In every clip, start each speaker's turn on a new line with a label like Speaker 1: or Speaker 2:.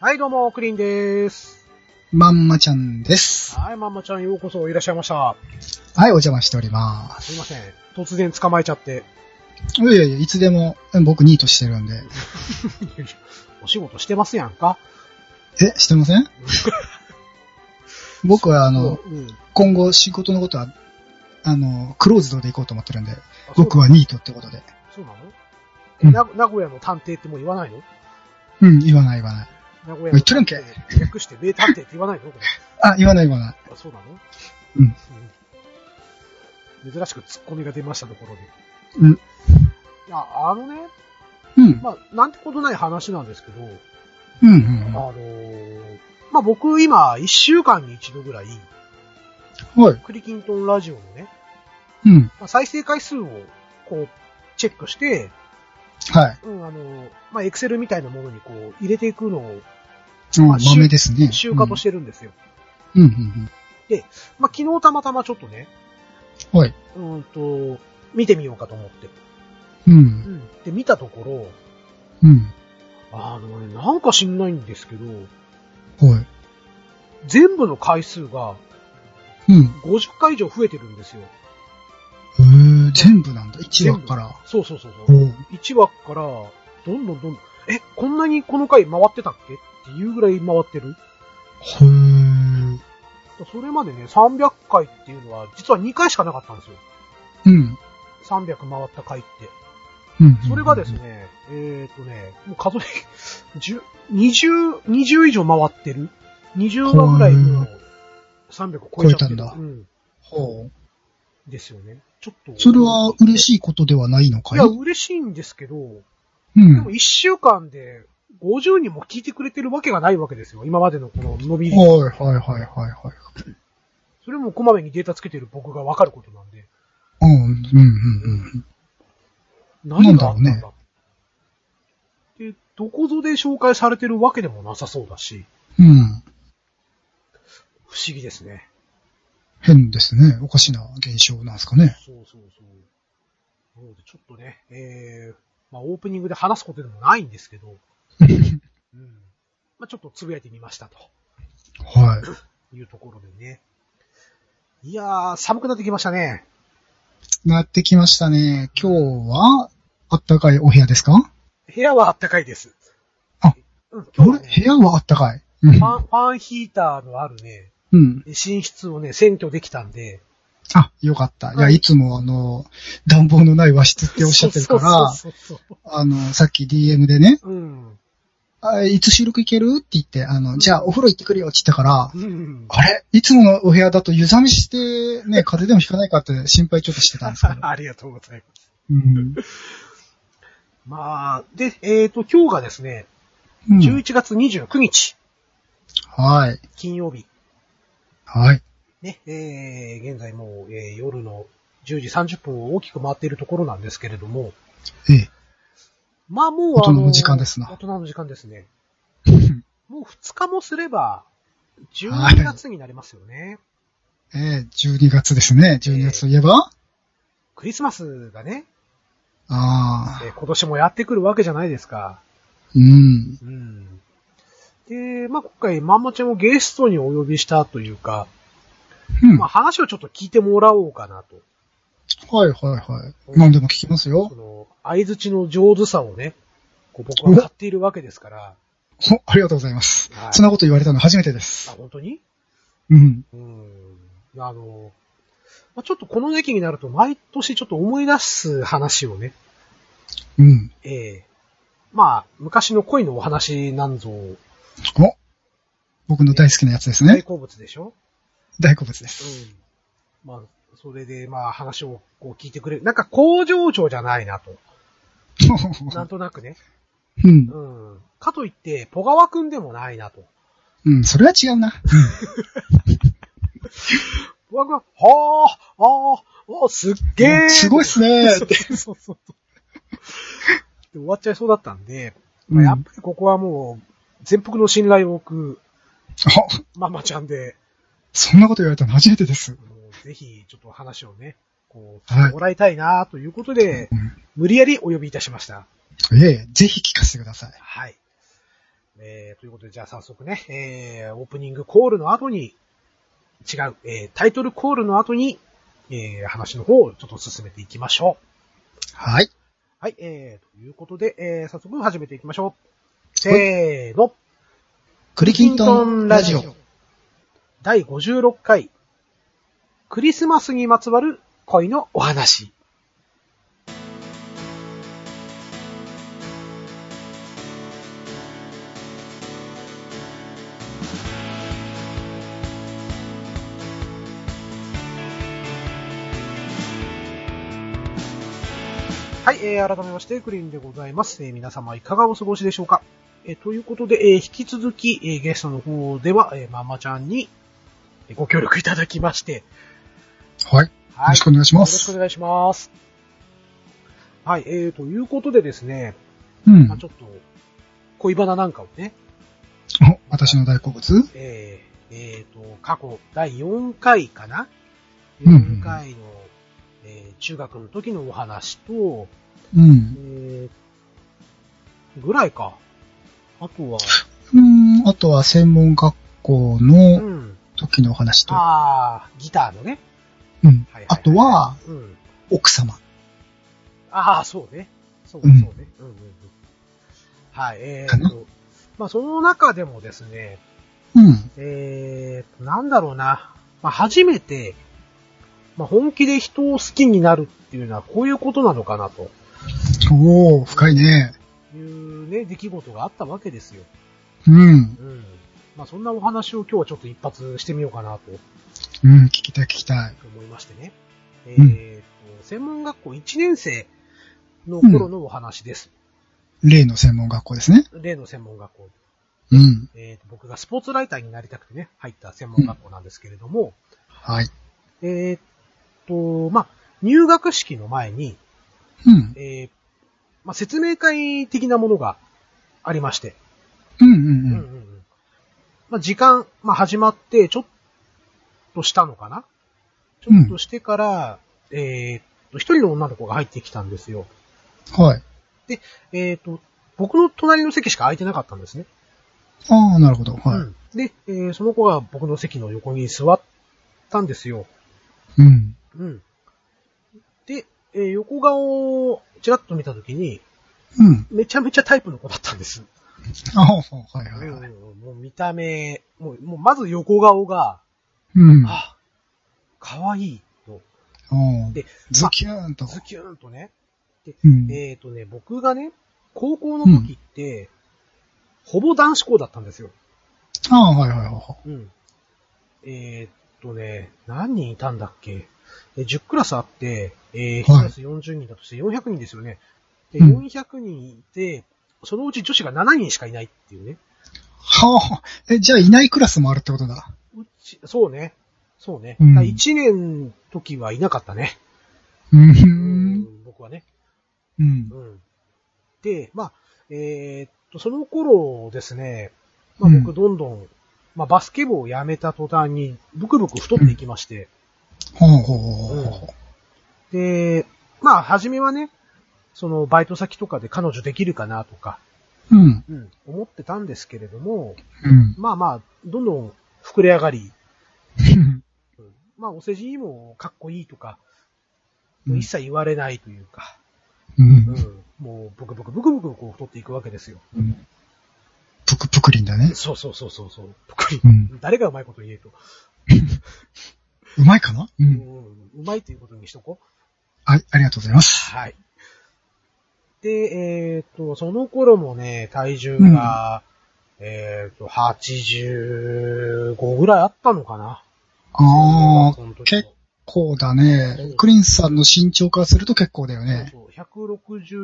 Speaker 1: はい、どうも、クリンです。
Speaker 2: まんまちゃんです。
Speaker 1: はい、まんまちゃんようこそいらっしゃいました。
Speaker 2: はい、お邪魔しております
Speaker 1: いません。突然捕まえちゃって。
Speaker 2: す。いやいや、いつでも、うん僕ニートしてるんで。
Speaker 1: お仕事してますやんか。
Speaker 2: え、してま せん僕は、あの、
Speaker 1: うん、
Speaker 2: 今後仕事のことは、あの、クローズドで行こうと思ってるんで、僕はニートってことで。
Speaker 1: そうなの
Speaker 2: う
Speaker 1: え
Speaker 2: ん
Speaker 1: な名古屋の探偵ってもう言わないの
Speaker 2: うん、言わない言わない。
Speaker 1: 名古屋の
Speaker 2: 言っとるんけ
Speaker 1: 探偵略して名探偵って言わないのこれ
Speaker 2: あ、言わない言わない。
Speaker 1: あそうなの
Speaker 2: う
Speaker 1: う
Speaker 2: ん
Speaker 1: ん珍しくツッコミが出ましたところで。
Speaker 2: うん
Speaker 1: いや、あのね、
Speaker 2: うん、
Speaker 1: まあ、なんてことない話なんですけど、
Speaker 2: う
Speaker 1: あ
Speaker 2: ん、うん
Speaker 1: のーまあ、僕今、一週間に一度ぐらい、
Speaker 2: うん。はい。
Speaker 1: クリキントンラジオのね、
Speaker 2: うん、
Speaker 1: まあ、再生回数を、こう、チェックして、
Speaker 2: はい。
Speaker 1: うん、あの、まあ、エクセルみたいなものにこう、入れていくのを
Speaker 2: うん、
Speaker 1: まあ
Speaker 2: 豆ですね。
Speaker 1: 習慣としてるんですよ。
Speaker 2: うん、うん、うん
Speaker 1: まあ、昨日たまたまちょっとね、
Speaker 2: うん。はい。
Speaker 1: うーんと、見てみようかと思って。
Speaker 2: う、
Speaker 1: うんん。で、見たところ、
Speaker 2: うん。
Speaker 1: あのね、なんか知んないんですけど、
Speaker 2: はい。
Speaker 1: 全部の回数が
Speaker 2: うん。
Speaker 1: 50回以上増えてるんですよ。
Speaker 2: えー、全部なんだ。1話から。
Speaker 1: そうそうそうそう。
Speaker 2: おう
Speaker 1: 1話から、どんどんどんどん、え、こんなにこの回回ってたっけっていうぐらい回ってる。
Speaker 2: へー。
Speaker 1: それまでね、300回っていうのは、実は2回しかなかったんですよ。
Speaker 2: うん。
Speaker 1: 300回った回って。
Speaker 2: うん。
Speaker 1: それがですね、えーっ、とね、もう数え、10 20、20以上回ってる。20話ぐらいの300超えちゃってる。
Speaker 2: 超えたんだ
Speaker 1: うん。
Speaker 2: ほう。
Speaker 1: ですよね。ちょっと。
Speaker 2: それは嬉しいことではないのか
Speaker 1: いや、
Speaker 2: い
Speaker 1: 嬉しいんですけど、
Speaker 2: う
Speaker 1: でも
Speaker 2: ん。
Speaker 1: 1週間で50人も聞いてくれてるわけがないわけですよ。今までのこの伸び率。
Speaker 2: はいはいはいはいは
Speaker 1: それもこまめにデータつけてる僕がわかることなんで。
Speaker 2: い。うん、うん、うん、
Speaker 1: 何があ
Speaker 2: な
Speaker 1: っ
Speaker 2: ん
Speaker 1: た
Speaker 2: だろうん
Speaker 1: だ
Speaker 2: ね
Speaker 1: で、どこぞで紹介されてるわけでもなさそうだし、
Speaker 2: うん。うん。
Speaker 1: 不思議ですね。
Speaker 2: 変ですね。おかしな現象なんですかね。
Speaker 1: そうそうそう。なので、ちょっとね、えー、まあ、オープニングで話すことでもないんですけ ど、うん。まあ、ちょっとつぶやいてみましたと
Speaker 2: はい。
Speaker 1: いうところでね。いやー、寒くなってきましたね。
Speaker 2: なってきましたね。今日は、あったかいお部屋ですか
Speaker 1: 部屋は暖かいです。
Speaker 2: あ、
Speaker 1: うん、
Speaker 2: あれ
Speaker 1: 今日は
Speaker 2: 部
Speaker 1: ね、
Speaker 2: 屋はあったかい。う
Speaker 1: フ
Speaker 2: ん。
Speaker 1: ァン、ファンヒーターのあるね、
Speaker 2: うん。
Speaker 1: 寝室をね、占拠できたんで、
Speaker 2: あ、よかった。いや、
Speaker 1: はい
Speaker 2: いつもあの、暖房のない和室っておっしゃってるから、
Speaker 1: そうそうそうそう
Speaker 2: あの、さっき DM でね、
Speaker 1: うん。
Speaker 2: あいつ収録行けるって言って、あの、じゃあお風呂行ってくるよって言ったから、
Speaker 1: うん。
Speaker 2: あれいつものお部屋だと湯冷めして、ね、風邪でもひかないかって心配ちょっとしてたんですけ ど。
Speaker 1: ありがとうございます。
Speaker 2: うん。
Speaker 1: まあ、で、えっ、と、今日がですね、
Speaker 2: うん、
Speaker 1: 11月29日、
Speaker 2: はい。
Speaker 1: 金曜日、
Speaker 2: はい。
Speaker 1: ね、えー、現在もう、えー夜の10時30分を大きく回っているところなんですけれども、
Speaker 2: ええ。
Speaker 1: まあもう
Speaker 2: 大
Speaker 1: あ
Speaker 2: 人
Speaker 1: の、
Speaker 2: の時間ですな
Speaker 1: 大人の時間ですね。
Speaker 2: うん
Speaker 1: もう2日もすれば、12月になりますよね。
Speaker 2: ええ、12月ですね。12月といえば、
Speaker 1: クリスマスがね、
Speaker 2: ああ、
Speaker 1: えー今年もやってくるわけじゃないですか。
Speaker 2: うん。
Speaker 1: うん。で、まあ今回、まんまちゃんをゲストにお呼びしたというか、
Speaker 2: うん。
Speaker 1: まあ
Speaker 2: は
Speaker 1: 話をちょっと聞いてもらおうかなと。
Speaker 2: いはいはい。何でも聞きますよ
Speaker 1: そ。の、相槌の上手さをね、こう僕は買っているわけですから。
Speaker 2: ほありがとうございます
Speaker 1: は。い
Speaker 2: そんなこと言われたの初めてで
Speaker 1: あ、
Speaker 2: す。
Speaker 1: 本当に
Speaker 2: うん。
Speaker 1: うん。あの、まあ、ちょっとこの時期になると毎年ちょっと思い出す話をね、
Speaker 2: うん。
Speaker 1: ええまあ、昔の恋のお話なんぞ、
Speaker 2: お僕の大好きなやつです
Speaker 1: 大
Speaker 2: ね。
Speaker 1: 好物でしょ
Speaker 2: 大好物です。
Speaker 1: うん。まあ、それでまあ話をこう聞いてくれる。なんか工場長じゃないなと。なんとなくね。
Speaker 2: うん。
Speaker 1: うん。かといって、小川くんでもないなと。
Speaker 2: うん。それは違うな。
Speaker 1: 小川くん、はあ、ああ、おすっげえ、
Speaker 2: すごいっすね
Speaker 1: そう そうそう。で終わっちゃいそうだったんで、まあやっぱりここはもう、全幅の信頼を置く、
Speaker 2: あ、
Speaker 1: ママちゃんで、
Speaker 2: そんなこと言われたの初めてです。
Speaker 1: もうぜひ、ちょっと話をね、こう、
Speaker 2: はい
Speaker 1: もらいたいなということで、
Speaker 2: うん
Speaker 1: 無理やりお呼びいたしました。
Speaker 2: ええ、ぜひ聞かせてください。
Speaker 1: はい。えー、ということで、じゃあ早速ね、えー、オープニングコールの後に、違う、えー、タイトルコールの後に、えー、話の方をちょっと進めていきましょう。
Speaker 2: はい。
Speaker 1: はい、えー、ということで、えー、早速始めていきましょう。せーの、
Speaker 2: クリキントンラジオ。
Speaker 1: 第56回、クリスマスにまつわる恋のお話。はい、えー、改めまして、クリーンでございます。えー皆様いかがお過ごしでしょうかえーということで、えー引き続き、えーゲストの方では、えーママちゃんにえーご協力いただきまして、
Speaker 2: はい。よ
Speaker 1: は
Speaker 2: ろしくお願いしま
Speaker 1: よろし
Speaker 2: す。
Speaker 1: くお願いします。はい、えー、ということでですね、
Speaker 2: うん
Speaker 1: まあ。ちょっと、恋バナなんかをね、
Speaker 2: お私の大好物
Speaker 1: えー、えーと、過去第4回かな
Speaker 2: うんうん
Speaker 1: ?4 回の、えー中学の時のお話と、
Speaker 2: うん。
Speaker 1: えー、ぐらいか。あとは、
Speaker 2: うん。あとは専門学校
Speaker 1: う
Speaker 2: の
Speaker 1: ん。
Speaker 2: 時のお話と。
Speaker 1: あー、ギターのね。
Speaker 2: うん
Speaker 1: はいはいはい。
Speaker 2: あとは、
Speaker 1: うん。
Speaker 2: 奥様。
Speaker 1: ああ、そうね。そう
Speaker 2: う
Speaker 1: ね、
Speaker 2: ん
Speaker 1: そうね。うんうんうん。はい、え
Speaker 2: か
Speaker 1: ー
Speaker 2: な
Speaker 1: と、まあ、その中でもですね、
Speaker 2: うん。
Speaker 1: えーと、なんだろうな。まあ、初めて、まあ、本気で人を好きになるっていうのはこういうことなのかなと
Speaker 2: おー、深いね。
Speaker 1: いうね、出来事があったわけですよ。
Speaker 2: うん。
Speaker 1: うん。まあ、そんなお話を今日はちょっと一発してみようかなと
Speaker 2: うん、聞きたい聞きたい。
Speaker 1: 思いましてね。えーと、専門学校1年生の頃のお話です。
Speaker 2: 例の専門学校ですね。
Speaker 1: 例の専門学校。
Speaker 2: うん。
Speaker 1: えーと、僕がスポーツライターになりたくてね、入った専門学校なんですけれども、
Speaker 2: はい。
Speaker 1: えーと、まあ、入学式の前に、
Speaker 2: うん。
Speaker 1: えーまあ、説明会的なものがありまして、
Speaker 2: うんう
Speaker 1: うんんうんうんまあ、時間、まあ、始まってちょっとしたのかなちょっとしてから、えーっと、一人の女の子が入ってきたんですよ。
Speaker 2: うん。はい。
Speaker 1: えーっと、僕の隣の席しか空いてなかったんですね。
Speaker 2: ああ、なるほど。は
Speaker 1: うんで、えーその子が僕の席の横に座ったんですよ。
Speaker 2: い。うん。
Speaker 1: うん。で、えー横顔をちらっと見たときに、
Speaker 2: うん。
Speaker 1: めちゃめちゃタイプの子だったんです。
Speaker 2: ああ、はいはいはい。
Speaker 1: もう見た目、もう、もうまず横顔が、
Speaker 2: うん。あ
Speaker 1: あ、可愛いと。
Speaker 2: あ
Speaker 1: で、
Speaker 2: ズキューンと。
Speaker 1: ズキューンとね。
Speaker 2: うん。
Speaker 1: えっ、とね、僕がね、高校の時って、ほぼ男子校だったんですよ。
Speaker 2: ああ、はいはいはいは
Speaker 1: うん。えっ、とね、何人いたんだっけえ ?10 クラスあって、えー、1ク
Speaker 2: はい
Speaker 1: ラス40人だとして400人ですよね。で、
Speaker 2: うん
Speaker 1: 400人いて、そのうち女子が7人しかいないっていうね。
Speaker 2: い。はあ。え、じゃあいないクラスもあるってことだ。
Speaker 1: うち、そうね。そうね。
Speaker 2: うん
Speaker 1: 1年の時はいなかったね。
Speaker 2: う。
Speaker 1: うん僕はね。
Speaker 2: うん
Speaker 1: う。ん。で、まあ、えーっと、その頃ですね、まあ
Speaker 2: うん
Speaker 1: 僕どんどん、まあバスケ部をやめた途端に、ブクブク太っていきまして、
Speaker 2: ほうほうほうほ
Speaker 1: で、まあ初めはね、そのバイト先とかで彼女できるかなとか、
Speaker 2: う。うん。
Speaker 1: うん、思ってたんですけれども、
Speaker 2: うん。
Speaker 1: まあまあ、どんどん膨れ上がり、うんまあお世辞にもかっこいいとか、
Speaker 2: うん
Speaker 1: 一切言われないというか、
Speaker 2: うん。
Speaker 1: うん、もうブクブクブクブクこう太っていくわけですよ。
Speaker 2: うんぷくぷくりんだね。
Speaker 1: そうそうそうそうそう。ぷくり
Speaker 2: うん
Speaker 1: 誰がうまいこと言えと。
Speaker 2: うまいかなう。
Speaker 1: うんん、うまいということにしとこう。
Speaker 2: はい、ありがとうございます。
Speaker 1: はい。で、えっ、と、その頃もね、体重が、えっ、と、85ぐらいあったのかな。
Speaker 2: ああ、
Speaker 1: その時の
Speaker 2: 結こうだね。クリンさんの身長からすると結構だよね。
Speaker 1: そうそう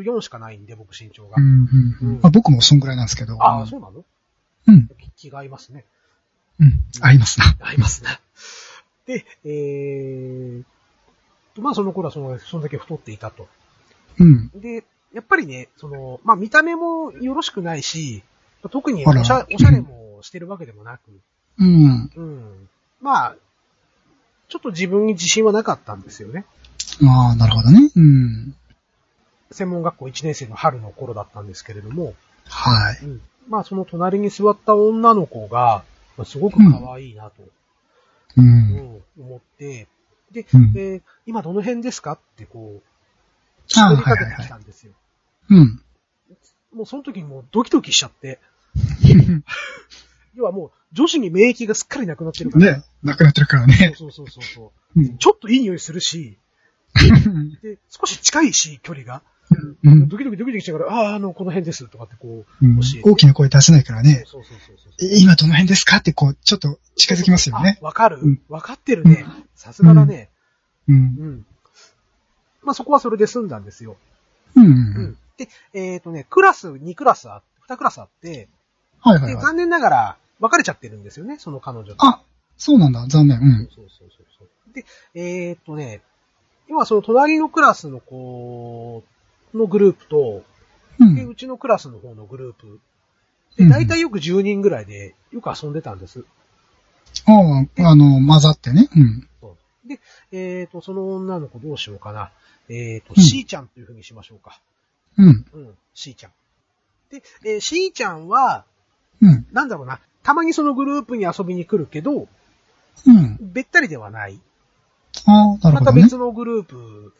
Speaker 1: 164しかないんで、僕身長が。
Speaker 2: うん、うんうん
Speaker 1: うん
Speaker 2: まあ。僕もそんぐらいなんですけど。
Speaker 1: ああ、そうなの
Speaker 2: うん。
Speaker 1: 気が合いますね。
Speaker 2: うん。合いますな。
Speaker 1: 合いますね。 で、えー、とまあその頃はその、そんだけ太っていたと。
Speaker 2: うん。
Speaker 1: で、やっぱりね、その、まあ見た目もよろしくないし、特に
Speaker 2: あら
Speaker 1: おしゃおしゃれもしてるわけでもなく、
Speaker 2: うん。
Speaker 1: うん。まあ、ちょっと自分に自信はなかったんですよね。
Speaker 2: ああ、なるほどね。うん。
Speaker 1: 専門学校1年生の春の頃だったんですけれども、
Speaker 2: はい。
Speaker 1: うん。まあその隣に座った女の子が、まあすごく可愛いなと、う
Speaker 2: う。
Speaker 1: んん思って、で、
Speaker 2: うん
Speaker 1: えー今どの辺ですかってこう、
Speaker 2: ああ、
Speaker 1: 問い
Speaker 2: は
Speaker 1: か
Speaker 2: い
Speaker 1: け
Speaker 2: はい
Speaker 1: て
Speaker 2: は
Speaker 1: き
Speaker 2: い
Speaker 1: た。んですよ。
Speaker 2: うん。
Speaker 1: もうその時にもうドキドキしちゃ って、要はもう女子に免疫がすっかりなくなってるから。
Speaker 2: ね、なくなってるからね。
Speaker 1: そうそうそうそうう。
Speaker 2: ん
Speaker 1: ちょっといい匂いするし、
Speaker 2: うん
Speaker 1: で、少し近いし、距離が。
Speaker 2: うん
Speaker 1: ドキドキドキドキしながら、ああ、あの、この辺です、とかってこう、
Speaker 2: うん
Speaker 1: 教えて
Speaker 2: 大きな声出せないからね。
Speaker 1: そうそうそうそうそう。
Speaker 2: え今どの辺ですかってこう、ちょっと近づきますよね。
Speaker 1: あわかる
Speaker 2: うん
Speaker 1: わかってるね。さすがだね。
Speaker 2: うん。
Speaker 1: うん。まあ、そこはそれで済んだんですよ。
Speaker 2: うん。
Speaker 1: うん。で、えっ、とね、クラス、2クラスあ、2クラスあって、
Speaker 2: はいは
Speaker 1: で
Speaker 2: いはい。
Speaker 1: 残念ながら別れちゃってるんですよね、その彼女と。
Speaker 2: あ、そうなんだ。残念。う。
Speaker 1: そうんそうそうそう。で、えっ、とね、今その隣のクラスの子のグループと、
Speaker 2: う
Speaker 1: で、
Speaker 2: ん。
Speaker 1: うちのクラスの方のグループ。
Speaker 2: う
Speaker 1: で、
Speaker 2: ん
Speaker 1: 大体よく10人ぐらいで、よく遊んでたんです。
Speaker 2: ああ、あの、混ざってね。うん。
Speaker 1: えっ、と、その女の子どうしようかな。えっ、と、
Speaker 2: うん
Speaker 1: C ちゃんという風にしましょうか。
Speaker 2: うん。
Speaker 1: うん、C ちゃん。で、えー C ちゃんは、
Speaker 2: うん。
Speaker 1: なんだろうな、たまにそのグループに遊びに来るけど、
Speaker 2: うん。
Speaker 1: べったりではない。
Speaker 2: ああ、なる
Speaker 1: ま
Speaker 2: ほ
Speaker 1: た
Speaker 2: どね。
Speaker 1: 別のグループ、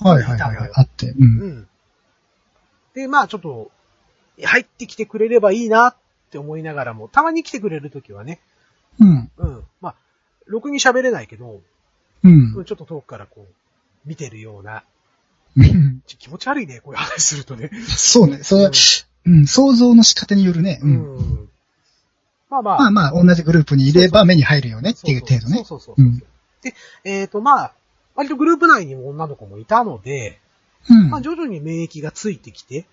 Speaker 2: はいはいはいはい。あって。う。
Speaker 1: うんん。で、まあちょっと、入ってきてくれればいいなって思いながらも、たまに来てくれるときはね、
Speaker 2: うん。
Speaker 1: うん、まあ、ろくに喋れないけど、
Speaker 2: うん
Speaker 1: うん。ちょっと遠くからこう、見てるような、
Speaker 2: うん
Speaker 1: ち気持ち悪いね、こういう話するとね。
Speaker 2: そうね。それは、うん。想像の仕方によるね。
Speaker 1: う
Speaker 2: うん。
Speaker 1: ん。まあまあ。
Speaker 2: まあまあ、同じグループにいれば目に入るよねっていう程度ね。
Speaker 1: そうそうそうそう
Speaker 2: うん
Speaker 1: で、えっ、と、まあ、割とグループ内にも女の子もいたので、
Speaker 2: うん
Speaker 1: まあ。徐々に免疫がついてきて、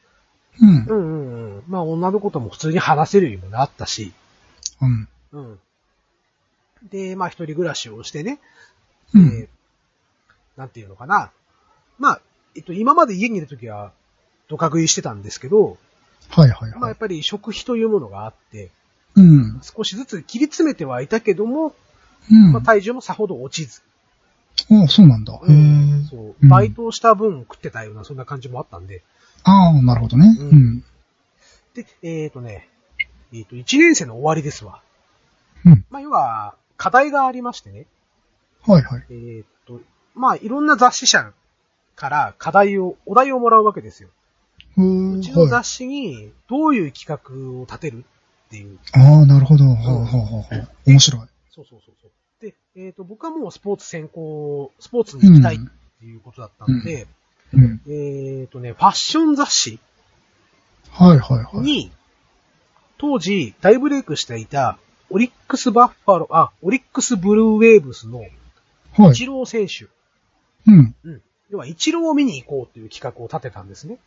Speaker 2: う
Speaker 1: う。ん
Speaker 2: ん
Speaker 1: うんうん。まあ女の子とも普通に話せるようになったし、
Speaker 2: うん。
Speaker 1: うん。で、まあ一人暮らしをしてね、
Speaker 2: う
Speaker 1: えー
Speaker 2: ん。
Speaker 1: なんていうのかな。まあ、えっと、今まで家にいるときは、ドカ食いしてたんですけど、
Speaker 2: はいはい
Speaker 1: まあ
Speaker 2: は
Speaker 1: や
Speaker 2: い
Speaker 1: っ。ぱり食費というものがあって、
Speaker 2: うん。
Speaker 1: 少しずつ切り詰めてはいたけども、
Speaker 2: うん。
Speaker 1: まあ
Speaker 2: あ
Speaker 1: 体重もさほど落ちず、
Speaker 2: あ、そうなんだ。へえ。
Speaker 1: そう。バイトをした分食ってたような、そんな感じもあったんで。
Speaker 2: ああ、なるほどね。うん。
Speaker 1: で、えっ、とね、えっ、と、1年生の終わりですわ。
Speaker 2: うん。
Speaker 1: まあ、要は、課題がありましてね。
Speaker 2: はいはい。
Speaker 1: えっ、と、まあ、いろんな雑誌社から課題を、お題をもらうわけですよ。
Speaker 2: う
Speaker 1: うち
Speaker 2: ー
Speaker 1: の
Speaker 2: はい。あ
Speaker 1: 雑誌に、どういう企画を立てるっていう。
Speaker 2: あ、なるほど。はあはあはあ。面白い。
Speaker 1: そうそうそうそう。で、えっ、と、僕はもうスポーツ専攻、スポーツに行
Speaker 2: う
Speaker 1: き
Speaker 2: ん
Speaker 1: たいっていうことだったので、
Speaker 2: うん。
Speaker 1: えっ、とね、ファッション雑誌
Speaker 2: はいはいはい。
Speaker 1: に、当時大ブレイクしていた、オリックスバッファロー、あ、オリックスブルーウェーブスの
Speaker 2: は
Speaker 1: イチ
Speaker 2: い。
Speaker 1: ロー選手。
Speaker 2: うん。
Speaker 1: うん。要はイチローを見に行こうという企画を立てたんですね。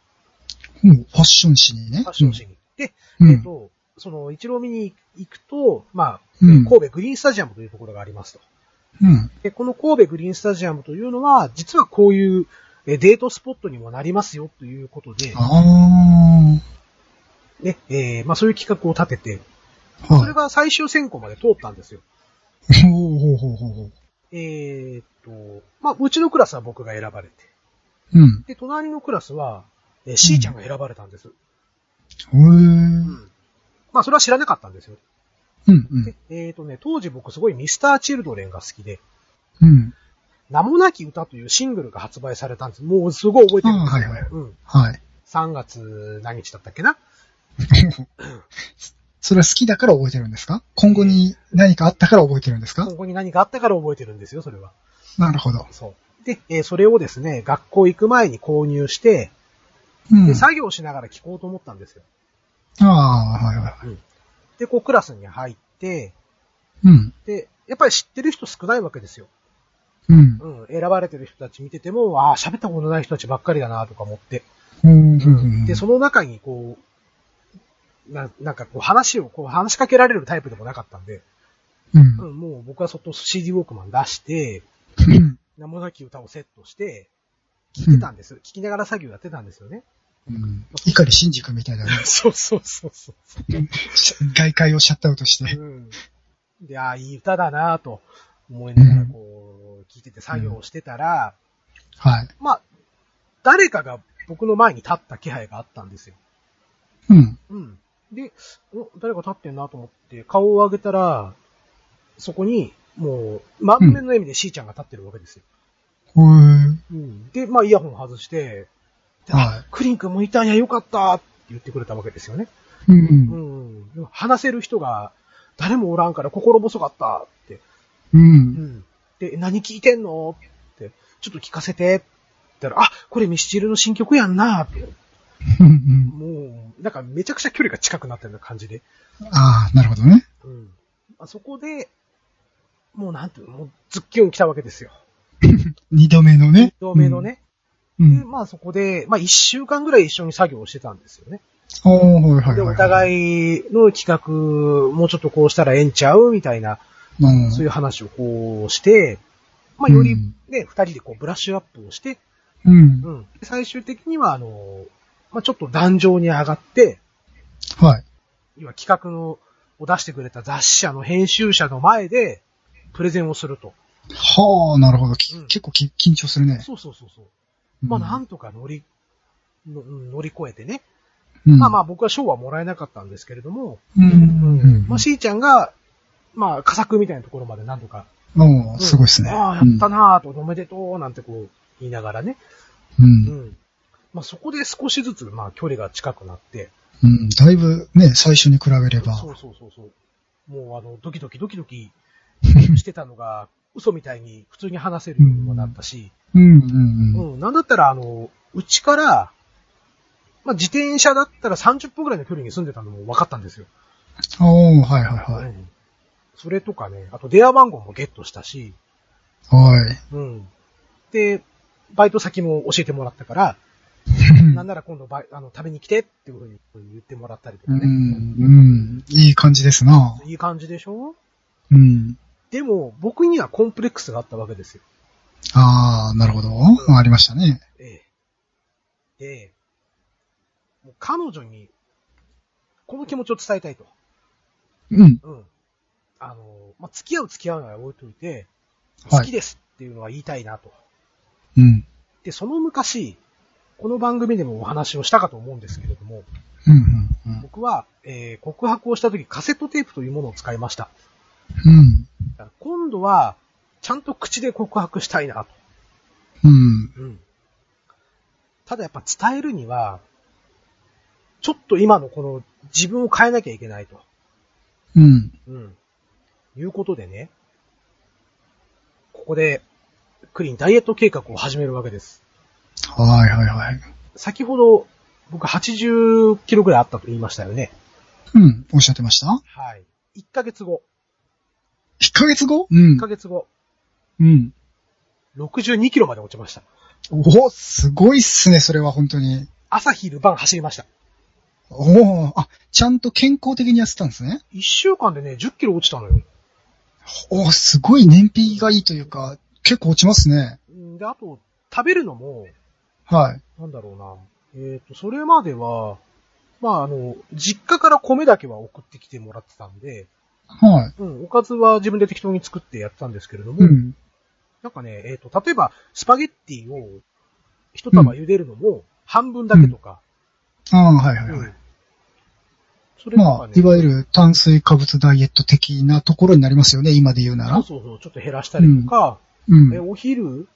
Speaker 2: もうファッション誌にね。
Speaker 1: ファッション誌に。で、
Speaker 2: うん
Speaker 1: えっ、と、そのイチローを見に行くと、まあ、
Speaker 2: うん
Speaker 1: 神戸グリーンスタジアムというところがありますと。
Speaker 2: うん。
Speaker 1: で、この神戸グリーンスタジアムというのは、実はこういうえデートスポットにもなりますよということで、
Speaker 2: あ
Speaker 1: ね、えーまあそういう企画を立てて、
Speaker 2: あ。
Speaker 1: そ
Speaker 2: は
Speaker 1: れ
Speaker 2: い。
Speaker 1: が最終選考まで通ったんですよ。
Speaker 2: ほうほうほうほうほう。
Speaker 1: えーっと、まあ、うちのクラスは僕が選ばれて、
Speaker 2: うん。
Speaker 1: で、隣のクラスは、えー、C ちゃんが選ばれたんです。
Speaker 2: へえ。
Speaker 1: う
Speaker 2: うん
Speaker 1: ん。まあ、それは知らなかったんですよ。
Speaker 2: うん
Speaker 1: で。、えーっとね、当時僕すごいミスター・チルドレンが好きで、
Speaker 2: うん。
Speaker 1: 名もなき歌というシングルが発売されたんです。もうすごい覚えてるんですよ。
Speaker 2: あーはいはい
Speaker 1: うん。
Speaker 2: はい。
Speaker 1: 3月何日だったっけな
Speaker 2: それは好きだから覚えてるんですか今後に何かあったから覚えてるんですか
Speaker 1: ここに何かあったから覚えてるんですよ、それは。
Speaker 2: なるほど。
Speaker 1: そう。で、えーそれをですね、学校行く前に購入して、
Speaker 2: うん。
Speaker 1: で、
Speaker 2: あ
Speaker 1: 作業しながら聴こうと思ったんですよ。
Speaker 2: あ、はいはい。
Speaker 1: で、こうクラスに入って、
Speaker 2: うん。
Speaker 1: で、やっぱり知ってる人少ないわけですよ。
Speaker 2: うん。
Speaker 1: うん。選ばれてる人たち見てても、ああ、喋ったことない人たちばっかりだなとか思って。
Speaker 2: うんうん。
Speaker 1: で、その中にこう、な、なんかこう話を、こう話しかけられるタイプでもなかったんで、
Speaker 2: うん
Speaker 1: う。ん、もう僕はそっと CD ウォークマン出して、
Speaker 2: うん。
Speaker 1: 名もなき歌をセットして、聴いてたんです。聴きながら作業やってたんですよね。
Speaker 2: うん。碇真司君みたいな、
Speaker 1: そうそうそうそ
Speaker 2: 外界をシャットアウトして。
Speaker 1: うん。で、ああ、いい歌だなと思いながらこう、聴いてて作業をしてたら、
Speaker 2: はい。
Speaker 1: まあ、誰かが僕の前に立った気配があったんですよ。
Speaker 2: うん。
Speaker 1: うん。で、お、誰か立ってんなと思って、顔を上げたら、そこに、もう、満面の笑みでしーちゃんが立ってるわけですよ。
Speaker 2: ほー。
Speaker 1: うん。で、まあ、イヤホン外して、
Speaker 2: は
Speaker 1: クリン君もいたんや、よかったって言ってくれたわけですよね。
Speaker 2: い。
Speaker 1: う
Speaker 2: う。
Speaker 1: んん。でも話せる人が、誰もおらんから心細かったって。う
Speaker 2: う。
Speaker 1: んん。で、何聞いてんのって、ちょっと聞かせて。って言ったら、あ、これミスチルの新曲やんなって。
Speaker 2: うん。
Speaker 1: もう、なんかめちゃくちゃ距離が近くなったような感じで。
Speaker 2: ああ、なるほどね。
Speaker 1: うん。あそこで、もうなんていうの、もうズッキュン来たわけですよ。
Speaker 2: 二度目のね。
Speaker 1: 同盟のね。
Speaker 2: う
Speaker 1: で、
Speaker 2: ん。
Speaker 1: まあそこで、まあ一週間ぐらい一緒に作業をしてたんですよね。
Speaker 2: おー、はいはいはい。
Speaker 1: で、お
Speaker 2: い。
Speaker 1: 互いの企画、もうちょっとこうしたらええんちゃうみたいな
Speaker 2: うん。
Speaker 1: そういう話をこうして、まあ、
Speaker 2: うん
Speaker 1: よりね、二、人でこうブラッシュアップをして、
Speaker 2: うん。
Speaker 1: うん。最終的には、あの、まあ、ちょっと壇上に上がって、
Speaker 2: はい。
Speaker 1: 要は企画の、を出してくれた雑誌社の編集者の前で、プレゼンをすると。
Speaker 2: はあ、なるほど。き
Speaker 1: うん
Speaker 2: 結構き緊張するね。
Speaker 1: そうそうそうそう。まあ、なんとか乗り、のうん乗り越えてね。まあま
Speaker 2: あ。
Speaker 1: あ、僕は賞はもらえなかったんですけれども、
Speaker 2: うん。うん
Speaker 1: まあ、しーちゃんが、まあ、佳作みたいなところまでなんとか、
Speaker 2: おー、すごいですね。
Speaker 1: ああ、やった
Speaker 2: うん
Speaker 1: なぁと、おめでとう、なんてこう、言いながらね。
Speaker 2: う。
Speaker 1: うんん。まあ、そこで少しずつ、まあ、距離が近くなって。
Speaker 2: うん。だいぶね、最初に比べれば。
Speaker 1: そうそうそうそう。もう、あの、ドキドキドキドキしてたのが、嘘みたいに普通に話せるようにもなったし、
Speaker 2: うんうん
Speaker 1: う
Speaker 2: うん。
Speaker 1: ん、なんだったら、あの、うちから、まあ、自転車だったら30分くらいの距離に住んでたのも分かったんですよ。
Speaker 2: おー、はいはいは
Speaker 1: う
Speaker 2: い。
Speaker 1: んそれとかね、あと電話番号もゲットしたし、
Speaker 2: はい。
Speaker 1: うん。で、バイト先も教えてもらった から、なんなら今度バイ、あの、食べに来てっていうふうに言ってもらったりとか
Speaker 2: う
Speaker 1: ね。
Speaker 2: ん、うん、いい感じですな。
Speaker 1: いい感じでしょ
Speaker 2: うん。
Speaker 1: でも、僕にはコンプレックスがあったわけですよ。
Speaker 2: ああ、なるほど。ありましたね。
Speaker 1: ええ。で、もう彼女に、この気持ちを伝えたいと。
Speaker 2: うん。
Speaker 1: うん。あの、まあ、付き合う付き合わないは置いといて、
Speaker 2: はい
Speaker 1: 好きですっていうのは言いたいなと。
Speaker 2: うん。
Speaker 1: で、その昔、この番組でもお話をしたかと思うんですけれども、
Speaker 2: うん、うん、
Speaker 1: 僕は、えー告白をした時カセットテープというものを使いました。
Speaker 2: うん。
Speaker 1: だから今度は、ちゃんと口で告白したいなと。
Speaker 2: うん。
Speaker 1: うん。ただやっぱ伝えるには、ちょっと今のこの自分を変えなきゃいけないと。
Speaker 2: うん。
Speaker 1: うん。いうことでね、ここで、クリーンダイエット計画を始めるわけです。
Speaker 2: はい、はい、はい。
Speaker 1: 先ほど、僕80キロぐらいあったと言いましたよね。
Speaker 2: うん。おっしゃってました
Speaker 1: はい。1ヶ月後、
Speaker 2: ?1 ヶ月後うん
Speaker 1: 1ヶ月後、
Speaker 2: うん。
Speaker 1: 62キロまで落ちました。
Speaker 2: おすごいっすね、それは本当に。
Speaker 1: 朝昼晩走りました。
Speaker 2: おおあ、ちゃんと健康的にやってたんですね。
Speaker 1: 1週間でね、10キロ落ちたのよ。
Speaker 2: おおすごい燃費がいいというか、結構落ちますね。
Speaker 1: うんで、あと、食べるのも、
Speaker 2: はい。
Speaker 1: なんだろうな。えっ、と、それまでは、まあ、あの、実家から米だけは送ってきてもらってたんで、
Speaker 2: はい。
Speaker 1: うん、おかずは自分で適当に作ってやってたんですけれども、
Speaker 2: うん。
Speaker 1: なんかね、えっ、と、例えば、スパゲッティを一玉茹でるのも、半分だけとか、
Speaker 2: ああ、はい、はい、
Speaker 1: う
Speaker 2: はい。
Speaker 1: んそれと
Speaker 2: ま
Speaker 1: か
Speaker 2: あ
Speaker 1: ね、、
Speaker 2: いわゆる炭水化物ダイエット的なところになりますよね、今で言うな
Speaker 1: そう
Speaker 2: ら。
Speaker 1: そうそう、ちょっと減らしたりとか、
Speaker 2: うん。
Speaker 1: えお昼、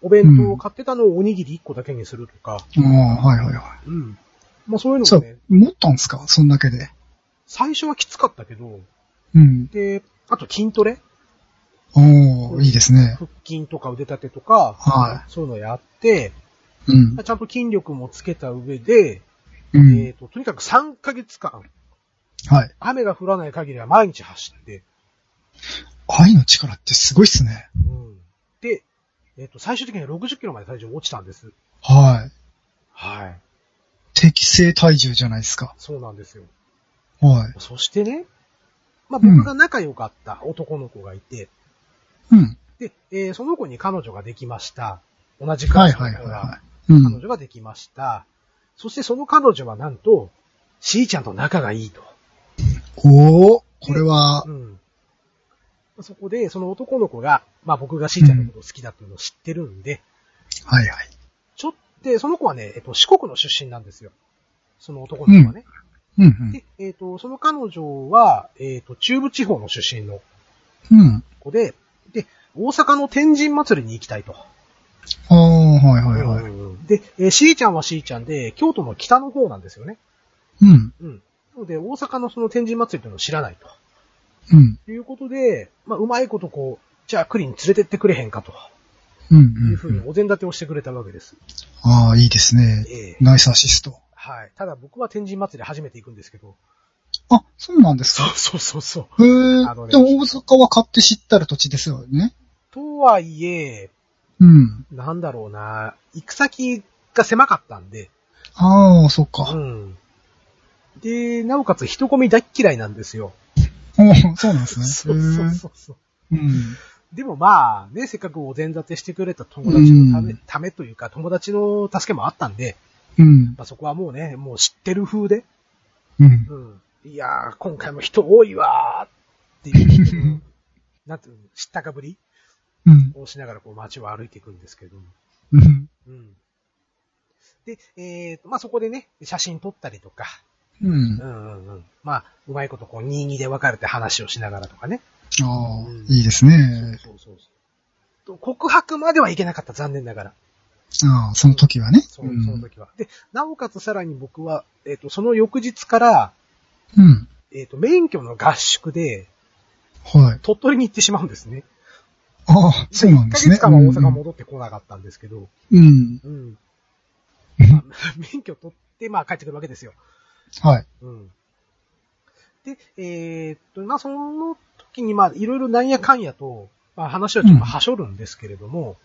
Speaker 1: お弁当を買ってたのをおにぎり1個だけにするとか、
Speaker 2: ああ、はいはいは
Speaker 1: うん。まあそういう
Speaker 2: い。
Speaker 1: の
Speaker 2: そ
Speaker 1: もね
Speaker 2: う、、持ったんですかそんだけで。
Speaker 1: 最初はきつかったけど、
Speaker 2: うん。
Speaker 1: で、あと筋トレ
Speaker 2: おー、いいですね。
Speaker 1: 腹筋とか腕立てとか、
Speaker 2: は
Speaker 1: そういうのやって、
Speaker 2: い。うん
Speaker 1: まあ。ちゃんと筋力もつけた上で、
Speaker 2: う
Speaker 1: えっ
Speaker 2: ん。
Speaker 1: と、とにかく3ヶ月間、
Speaker 2: はい。
Speaker 1: 雨が降らない限りは毎日走って、
Speaker 2: 愛の力ってすごいっすね。
Speaker 1: うん、で、えっ、と、最終的には60キロまで体重落ちたんです。
Speaker 2: はい。
Speaker 1: はい。
Speaker 2: 適正体重じゃないですか。
Speaker 1: そうなんですよ。
Speaker 2: はい。
Speaker 1: そしてね、まあ、
Speaker 2: うん
Speaker 1: 僕が仲良かった男の子がいて、
Speaker 2: うん。
Speaker 1: で、えーその子に彼女ができました。同じク
Speaker 2: は
Speaker 1: ラ
Speaker 2: い
Speaker 1: ス
Speaker 2: は
Speaker 1: の
Speaker 2: い
Speaker 1: 子
Speaker 2: はい
Speaker 1: が
Speaker 2: は、い。
Speaker 1: 彼
Speaker 2: うん。
Speaker 1: 女ができました。そしてその彼女はなんと、しーちゃんと仲がいいと。
Speaker 2: おー、これは
Speaker 1: う、ん。そこで、その男の子が、まあ僕がしーちゃんのことを好きだっていうのを知ってるんで、
Speaker 2: はいはい。
Speaker 1: ちょっと、その子はね、えっと、四国の出身なんですよ。その男の子はね。
Speaker 2: うんうん。
Speaker 1: で、えっ、と、その彼女は、えっ、と、中部地方の出身の
Speaker 2: うん。
Speaker 1: 子で、で、大阪の天神祭りに行きたいと。
Speaker 2: ああ、はいはいはい。
Speaker 1: で、えー、しーちゃんはしーちゃんで、京都の北の方なんですよね。
Speaker 2: うん。
Speaker 1: うん。なので、大阪のその天神祭りというのを知らない
Speaker 2: うん。
Speaker 1: ということで、まあ、うまいことこう、じゃあ、クリに連れてってくれへんかと
Speaker 2: うん
Speaker 1: いう
Speaker 2: う
Speaker 1: ふうん
Speaker 2: う
Speaker 1: に
Speaker 2: ん。
Speaker 1: お膳立てをしてくれたわけです。
Speaker 2: ああ、いいですね。
Speaker 1: ええ
Speaker 2: ナイスアシスト。
Speaker 1: はい。ただ僕は天神祭り初めて行くんですけど。
Speaker 2: あ、そうなんですか。
Speaker 1: うそうそうそう。
Speaker 2: へえ。
Speaker 1: あのね
Speaker 2: でも大阪は買って知ったる土地ですよね。
Speaker 1: とはいえ、
Speaker 2: うん。
Speaker 1: なんだろうな、行く先が狭かったんで、
Speaker 2: ああ、そ
Speaker 1: う
Speaker 2: っか。
Speaker 1: ん。で、なおかつ人混み大っ嫌いなんですよ。
Speaker 2: おー そうなんですね。
Speaker 1: そうそうそうそう。
Speaker 2: へえうん。
Speaker 1: でもまあ、ね、せっかくお膳立てしてくれた友達のため、
Speaker 2: うん
Speaker 1: ためというか、友達の助けもあったんで、
Speaker 2: うん。
Speaker 1: まあそこはもうね、もう知ってる風で、
Speaker 2: うん。
Speaker 1: うん。いやー、今回も人多いわーって いう、なんていうの、知ったかぶり
Speaker 2: うん。
Speaker 1: をしながらこう街を歩いていくんですけど、
Speaker 2: うん。
Speaker 1: うん。で、えーと、まあそこでね、写真撮ったりとか、
Speaker 2: うん
Speaker 1: う。んうんうん。まあ、うまいことこう、22で別れて話をしながらとかね。
Speaker 2: ああ
Speaker 1: うん、
Speaker 2: いいですね。
Speaker 1: そうそうそう。と告白まではいけなかった、残念ながら。
Speaker 2: ああ、その時はね。
Speaker 1: そうう、その
Speaker 2: ん。
Speaker 1: 時は。で、なおかつさらに僕は、えっ、と、その翌日から、
Speaker 2: うん。
Speaker 1: えっ、と、免許の合宿で、
Speaker 2: はい。
Speaker 1: 鳥取に行ってしまうんですね。
Speaker 2: ああ、そうなんですね。
Speaker 1: 1ヶ月間は大阪戻ってこなかったんですけど、
Speaker 2: うん。
Speaker 1: うん。
Speaker 2: うん。
Speaker 1: 免許取って、まあ帰ってくるわけですよ。
Speaker 2: はい。
Speaker 1: うん。で、えーっと、まあ、その時に、まあ、いろいろなんやかんやと、まあ、話はちょっとはしょるんですけれども、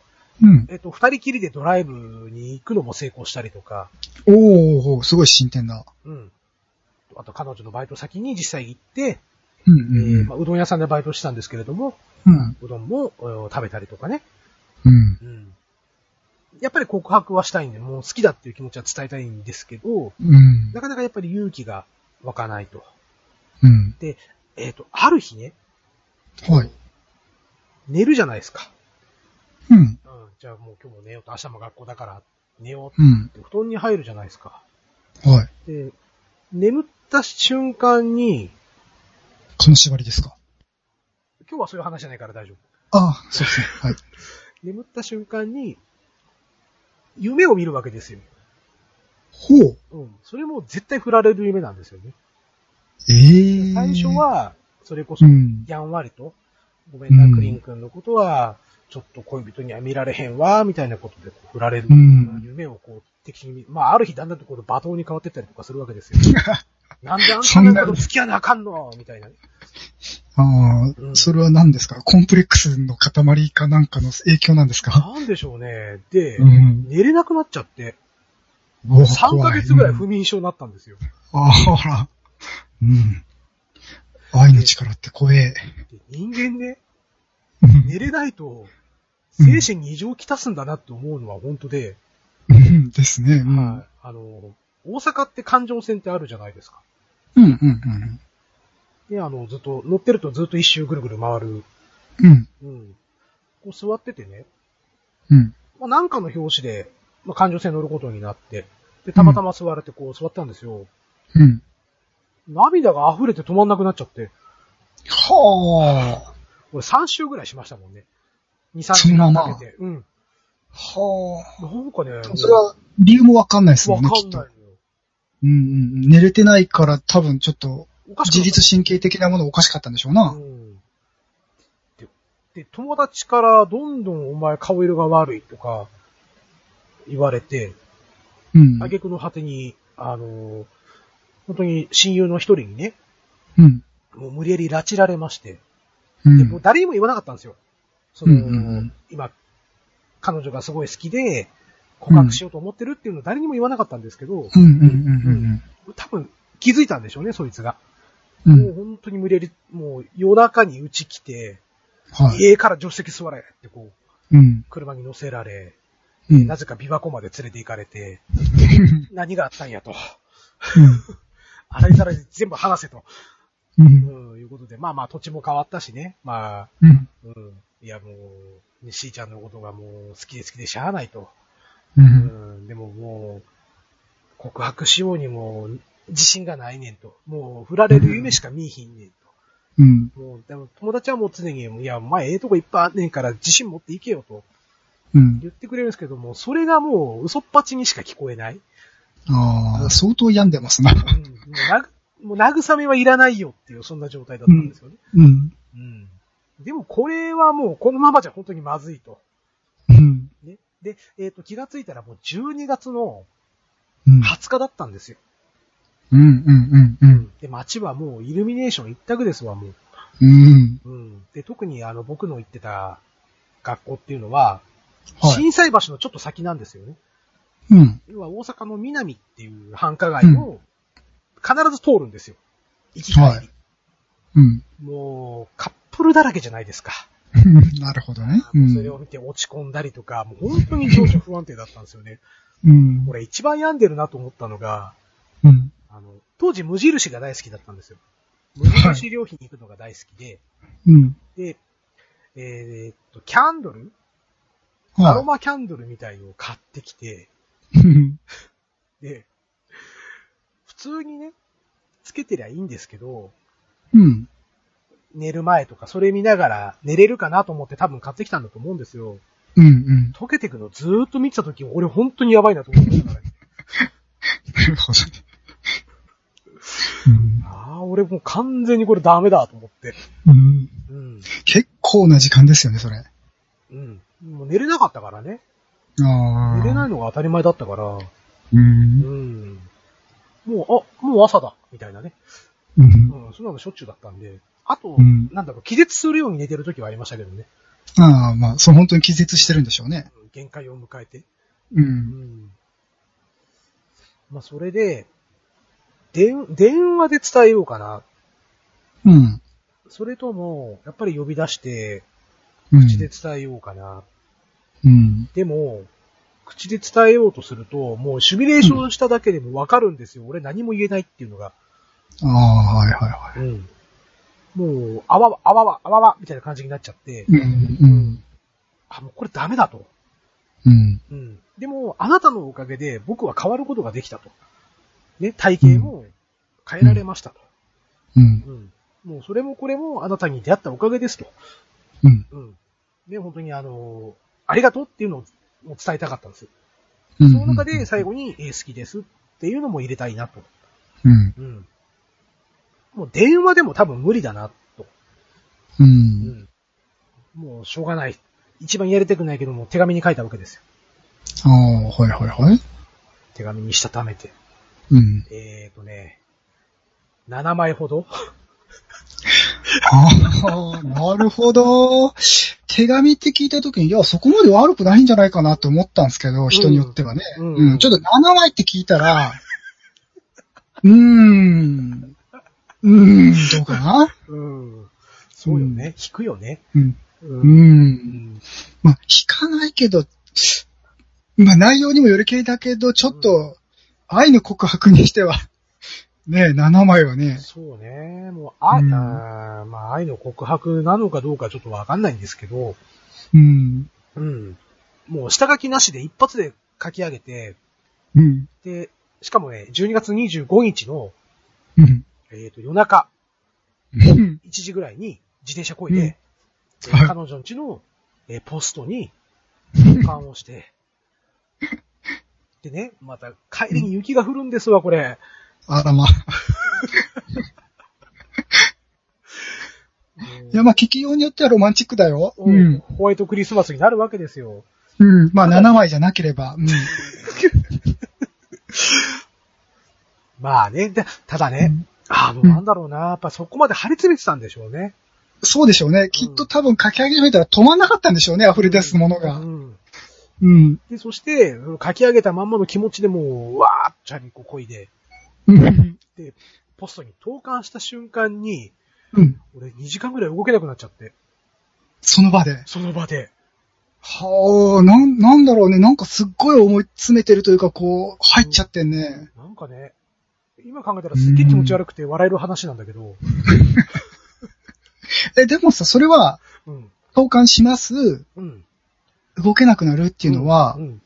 Speaker 2: うん。
Speaker 1: えっと、二人きりでドライブに行くのも成功したりとか、
Speaker 2: おおすごい進展だ。
Speaker 1: うん。あと、彼女のバイト先に実際行って、
Speaker 2: うん
Speaker 1: え
Speaker 2: う
Speaker 1: ー
Speaker 2: ん
Speaker 1: まあ、うどん屋さんでバイトしたんですけれども、
Speaker 2: うん。
Speaker 1: うどんもえー食べたりとかね。
Speaker 2: うん。
Speaker 1: うん。やっぱり告白はしたいんで、もう好きだっていう気持ちは伝えたいんですけど、
Speaker 2: うん
Speaker 1: な。かなかやっぱり勇気が湧かないと。
Speaker 2: うん。
Speaker 1: えっ、と、ある日ね、
Speaker 2: はい。
Speaker 1: 寝るじゃないですか。
Speaker 2: うん。
Speaker 1: うん、じゃあもう今日も寝ようと、明日も学校だから寝よう
Speaker 2: うん。
Speaker 1: って布団に入るじゃないですか。
Speaker 2: はい。
Speaker 1: で、眠った瞬間に、
Speaker 2: 金縛りですか。
Speaker 1: 今日はそういう話じゃないから大丈夫。
Speaker 2: ああ、そうですね。はい。
Speaker 1: 眠った瞬間に、夢を見るわけですよ。
Speaker 2: ほう。
Speaker 1: うん。それも絶対振られる夢なんですよね。
Speaker 2: ええ。
Speaker 1: 最初、は、それこそ
Speaker 2: うん、
Speaker 1: やんわりと、ごめんな、
Speaker 2: うん
Speaker 1: クリン君のことは、ちょっと恋人には見られへんわ、みたいなことでこう振られる。
Speaker 2: うん
Speaker 1: 夢をこう、敵に見、まあ、ある日だんだんとこの罵倒に変わってったりとかするわけ ですよ。なんであんたなんかと付き合わなあかんのみたいなね。
Speaker 2: あ
Speaker 1: う
Speaker 2: あ、
Speaker 1: ん
Speaker 2: それは何ですかコンプレックスの塊かなんかの影響なんですか
Speaker 1: なんでしょうね。で、
Speaker 2: うん。
Speaker 1: 寝れなくなっちゃって、
Speaker 2: おー
Speaker 1: 3ヶ
Speaker 2: 怖い
Speaker 1: 月ぐらい
Speaker 2: うん
Speaker 1: 不眠症になったんですよ。
Speaker 2: ああ、ほら。うん。愛の力って怖え。
Speaker 1: で人間ね、
Speaker 2: うん
Speaker 1: 寝れないと、精神に異常をきたすんだなって思うのは本当で、
Speaker 2: うんですね。うん
Speaker 1: はい。あの、大阪って環状線ってあるじゃないですか。
Speaker 2: うん、うん、
Speaker 1: で、あの、ずっと、乗ってるとずっと一周ぐるぐる回る。
Speaker 2: うん。う
Speaker 1: う
Speaker 2: ん、
Speaker 1: ん。こう座っててね、
Speaker 2: うん。
Speaker 1: まあ、なんかの表紙で、まあ、環状線乗ることになって、で、たまたま座れてこう座ったんですよ。
Speaker 2: うん。
Speaker 1: 涙が溢れて止まんなくなっちゃって、
Speaker 2: はあ。
Speaker 1: 俺3周ぐらいしましたもんね。2、3
Speaker 2: そ
Speaker 1: 周
Speaker 2: のまま
Speaker 1: かけて。うん。
Speaker 2: は
Speaker 1: なんかね、
Speaker 2: あ。それは、理由もわかんないですも
Speaker 1: わ
Speaker 2: んね、
Speaker 1: か
Speaker 2: き
Speaker 1: んな
Speaker 2: っ
Speaker 1: い
Speaker 2: と
Speaker 1: の。よ。
Speaker 2: うん、うん。寝れてないから多分ちょっと、
Speaker 1: おかしく
Speaker 2: 自
Speaker 1: なっ
Speaker 2: 律神経的なものおかしかったんでしょう
Speaker 1: た
Speaker 2: な
Speaker 1: う。んで。で、友達からどんどんお前顔色が悪いとか言われて、
Speaker 2: うん。
Speaker 1: 挙句の果てに、あのー本当に親友の一人にね、
Speaker 2: うん。
Speaker 1: もう無理やり拉致られまして、
Speaker 2: う。
Speaker 1: でもうん誰にも言わなかったんですよ。その、
Speaker 2: うんうんうん
Speaker 1: 今、彼女がすごい好きで、告白しようと思ってるっていうのを誰にも言わなかったんですけど、
Speaker 2: うん、うん、うん、
Speaker 1: 多分気づいたんでしょうね、そいつが。
Speaker 2: うん。う。
Speaker 1: もうん本当に無理やり、もう夜中にうち来て、
Speaker 2: はい。
Speaker 1: 家から助手席座れってこう、
Speaker 2: うん。
Speaker 1: 車に乗せられ、
Speaker 2: うん。
Speaker 1: なぜか琵琶湖まで連れて行かれ て、何があったんやと。洗いざらい全部話せと。
Speaker 2: うん。
Speaker 1: うん、いうことで、まあまあ土地も変わったしね。まあ、
Speaker 2: うん。
Speaker 1: うん。いやもう、ねしーちゃんのことがもう好きで好きでしゃあないと。
Speaker 2: う。
Speaker 1: うんん。でももう、告白しようにも、自信がないねんと。もう、振られる夢しか見えひんねんと。
Speaker 2: うん。
Speaker 1: もうでも友達はもう常に、いや、お前ええとこいっぱいあんねんから自信持っていけよと
Speaker 2: うん。
Speaker 1: 言ってくれるんですけども、それがもう嘘っぱちにしか聞こえない。
Speaker 2: ああ、相当病んでますな。
Speaker 1: うん、もうなぐもう慰めはいらないよっていう、そんな状態だったんですよね。
Speaker 2: うん。
Speaker 1: うん。でもこれはもうこのままじゃ本当にまずいと。
Speaker 2: うん。
Speaker 1: ね。で、えっ、と、気がついたらもう12月の
Speaker 2: うん。
Speaker 1: 20日だったんですよ。
Speaker 2: うん。うん。うん。
Speaker 1: で、街はもうイルミネーション一択ですわ、もう。
Speaker 2: うん。
Speaker 1: うん。で、特にあの、僕の行ってた学校っていうのは、
Speaker 2: はい
Speaker 1: 震災橋のちょっと先なんですよね。
Speaker 2: うん。
Speaker 1: 要は大阪の南っていう繁華街を必ず通るんですよ。行き帰り。
Speaker 2: はうん。
Speaker 1: もう、カップルだらけじゃないですか。
Speaker 2: なるほどね。う
Speaker 1: もうそれを
Speaker 2: ん。
Speaker 1: 見て落ち込んだりとか、もう本当に情緒不安定だったんですよ ね。
Speaker 2: うん。
Speaker 1: 俺一番病んでるなと思ったのが、
Speaker 2: うん。
Speaker 1: あの、当時無印が大好きだったんですよ。無印良品に行くのが大好きで、
Speaker 2: うん。
Speaker 1: で、えーっと、キャンドルアロ
Speaker 2: は
Speaker 1: マキャンドルみたいのを買ってきて、
Speaker 2: い。うん。
Speaker 1: で、普通にね、つけてりゃいいんですけど、
Speaker 2: うん。
Speaker 1: 寝る前とかそれ見ながら寝れるかなと思って多分買ってきたんだと思うんですよ。
Speaker 2: うん。うん。
Speaker 1: 溶けてくのずーっと見てた時、俺本当にやばいなと思ってたからね。
Speaker 2: なるほどね。うん
Speaker 1: ああ、俺もう完全にこれダメだと思って。
Speaker 2: うん
Speaker 1: うん。
Speaker 2: 結構な時間ですよね、それ。あ
Speaker 1: うん。もう寝れなかったからね。
Speaker 2: あ。
Speaker 1: 寝れないのが当たり前だったから、
Speaker 2: う。
Speaker 1: うんん。もう、あ、もう朝だ、みたいなね。
Speaker 2: う。
Speaker 1: うんん、そんなのしょっちゅうだったんで。あと、
Speaker 2: うん
Speaker 1: なんだろう、気絶するように寝てる時はありましたけどね。
Speaker 2: ああ、まあ、そう、本当に気絶してるんでしょうね。
Speaker 1: うん限界を迎えて。う
Speaker 2: う。
Speaker 1: んん。まあ、それで、電、電話で伝えようかな。
Speaker 2: うん。
Speaker 1: それとも、やっぱり呼び出して、
Speaker 2: うん
Speaker 1: 口で伝えようかな。
Speaker 2: うん。
Speaker 1: でも、口で伝えようとすると、もうシミュレーションしただけでもわかるんですよ。俺何も言えないっていうのが。
Speaker 2: ああ、はいはいは
Speaker 1: うん。もう、あわわ、あわわ、あわわ、みたいな感じになっちゃって、
Speaker 2: い。うん。
Speaker 1: あ、もうこれダメだと。
Speaker 2: うん。
Speaker 1: うん。でも、あなたのおかげで僕は変わることができたと。ね、体型も変えられましたと。
Speaker 2: うん。
Speaker 1: うん。もうそれもこれもあなたに出会ったおかげですと。
Speaker 2: うん。
Speaker 1: うん。で、本当にあのありがとうっていうのを伝えたかったんですよ。
Speaker 2: そ
Speaker 1: その中で最後に、えー好きですっていうのも入れたいなと。
Speaker 2: うん。
Speaker 1: うん。もう電話でも多分無理だな、と。
Speaker 2: う。
Speaker 1: うんん。もうしょうがない。一番やりたくないけども、手紙に書いたわけですよ。
Speaker 2: ああ、はいはいはい。
Speaker 1: 手紙にしたためて。
Speaker 2: うん。
Speaker 1: えーとね、7枚ほど。
Speaker 2: ああ、なるほど。手紙って聞いたときに、いや、そこまで悪くないんじゃないかなと思ったんですけど、人によってはね。
Speaker 1: うん
Speaker 2: うん。ちょっと7枚って聞いたら、うーん。うーん、どうかな
Speaker 1: うん。そうよね。引くよね。
Speaker 2: うん。
Speaker 1: う
Speaker 2: うー
Speaker 1: ん。
Speaker 2: ん。まあ、引かないけど、まあ、内容にもよりけりだけど、ちょっと、愛の告白にしては、 ねえ、7枚はね、
Speaker 1: そうね。もう、あ、
Speaker 2: うん
Speaker 1: あーまあ、愛の告白なのかどうかちょっとわかんないんですけど、
Speaker 2: うん、
Speaker 1: うん。もう、下書きなしで一発で書き上げて、
Speaker 2: うん、
Speaker 1: で、しかもね、12月25日の、
Speaker 2: うん、
Speaker 1: えっ、と、夜中、
Speaker 2: うん、
Speaker 1: 1時ぐらいに自転車こいで、
Speaker 2: うん
Speaker 1: えー
Speaker 2: はい
Speaker 1: 彼女の家の、えーポスト に保管をして、でね、また帰りに雪が降るんですわ、これ。
Speaker 2: あらまあ。いや、まあ、聞きようによってはロマンチックだよ。
Speaker 1: う
Speaker 2: うんん。
Speaker 1: ホワイトクリスマスになるわけですよ。
Speaker 2: うん。まあ、7枚じゃなければ。うん。
Speaker 1: まあね、でただね、
Speaker 2: うん
Speaker 1: ああ、もうなんだろうな、やっぱそこまで張り詰めてたんでしょうね。
Speaker 2: そうでしょうね。きっと多分書き上げ始めたら止まんなかったんでしょうね、溢れ出すもの
Speaker 1: う
Speaker 2: が。
Speaker 1: ん。
Speaker 2: うん。
Speaker 1: で、そして、書き上げたまんまの気持ちでもう、うわーっちゃりこうこいで、
Speaker 2: うん。
Speaker 1: ポストに投函した瞬間に、
Speaker 2: うん。
Speaker 1: 俺2時間ぐらい動けなくなっちゃって、
Speaker 2: その場で。
Speaker 1: その場で。
Speaker 2: はあ、なん、なんだろうね。なんかすっごい思い詰めてるというか、こう、入っちゃってんね。
Speaker 1: なんかね、今考えたらすっげえ気持ち悪くて笑える話なんだけど、
Speaker 2: え、でもさ、それは、
Speaker 1: うん、
Speaker 2: 投函します、
Speaker 1: うん。っ
Speaker 2: 動けなくなるってていうのは
Speaker 1: う、ん、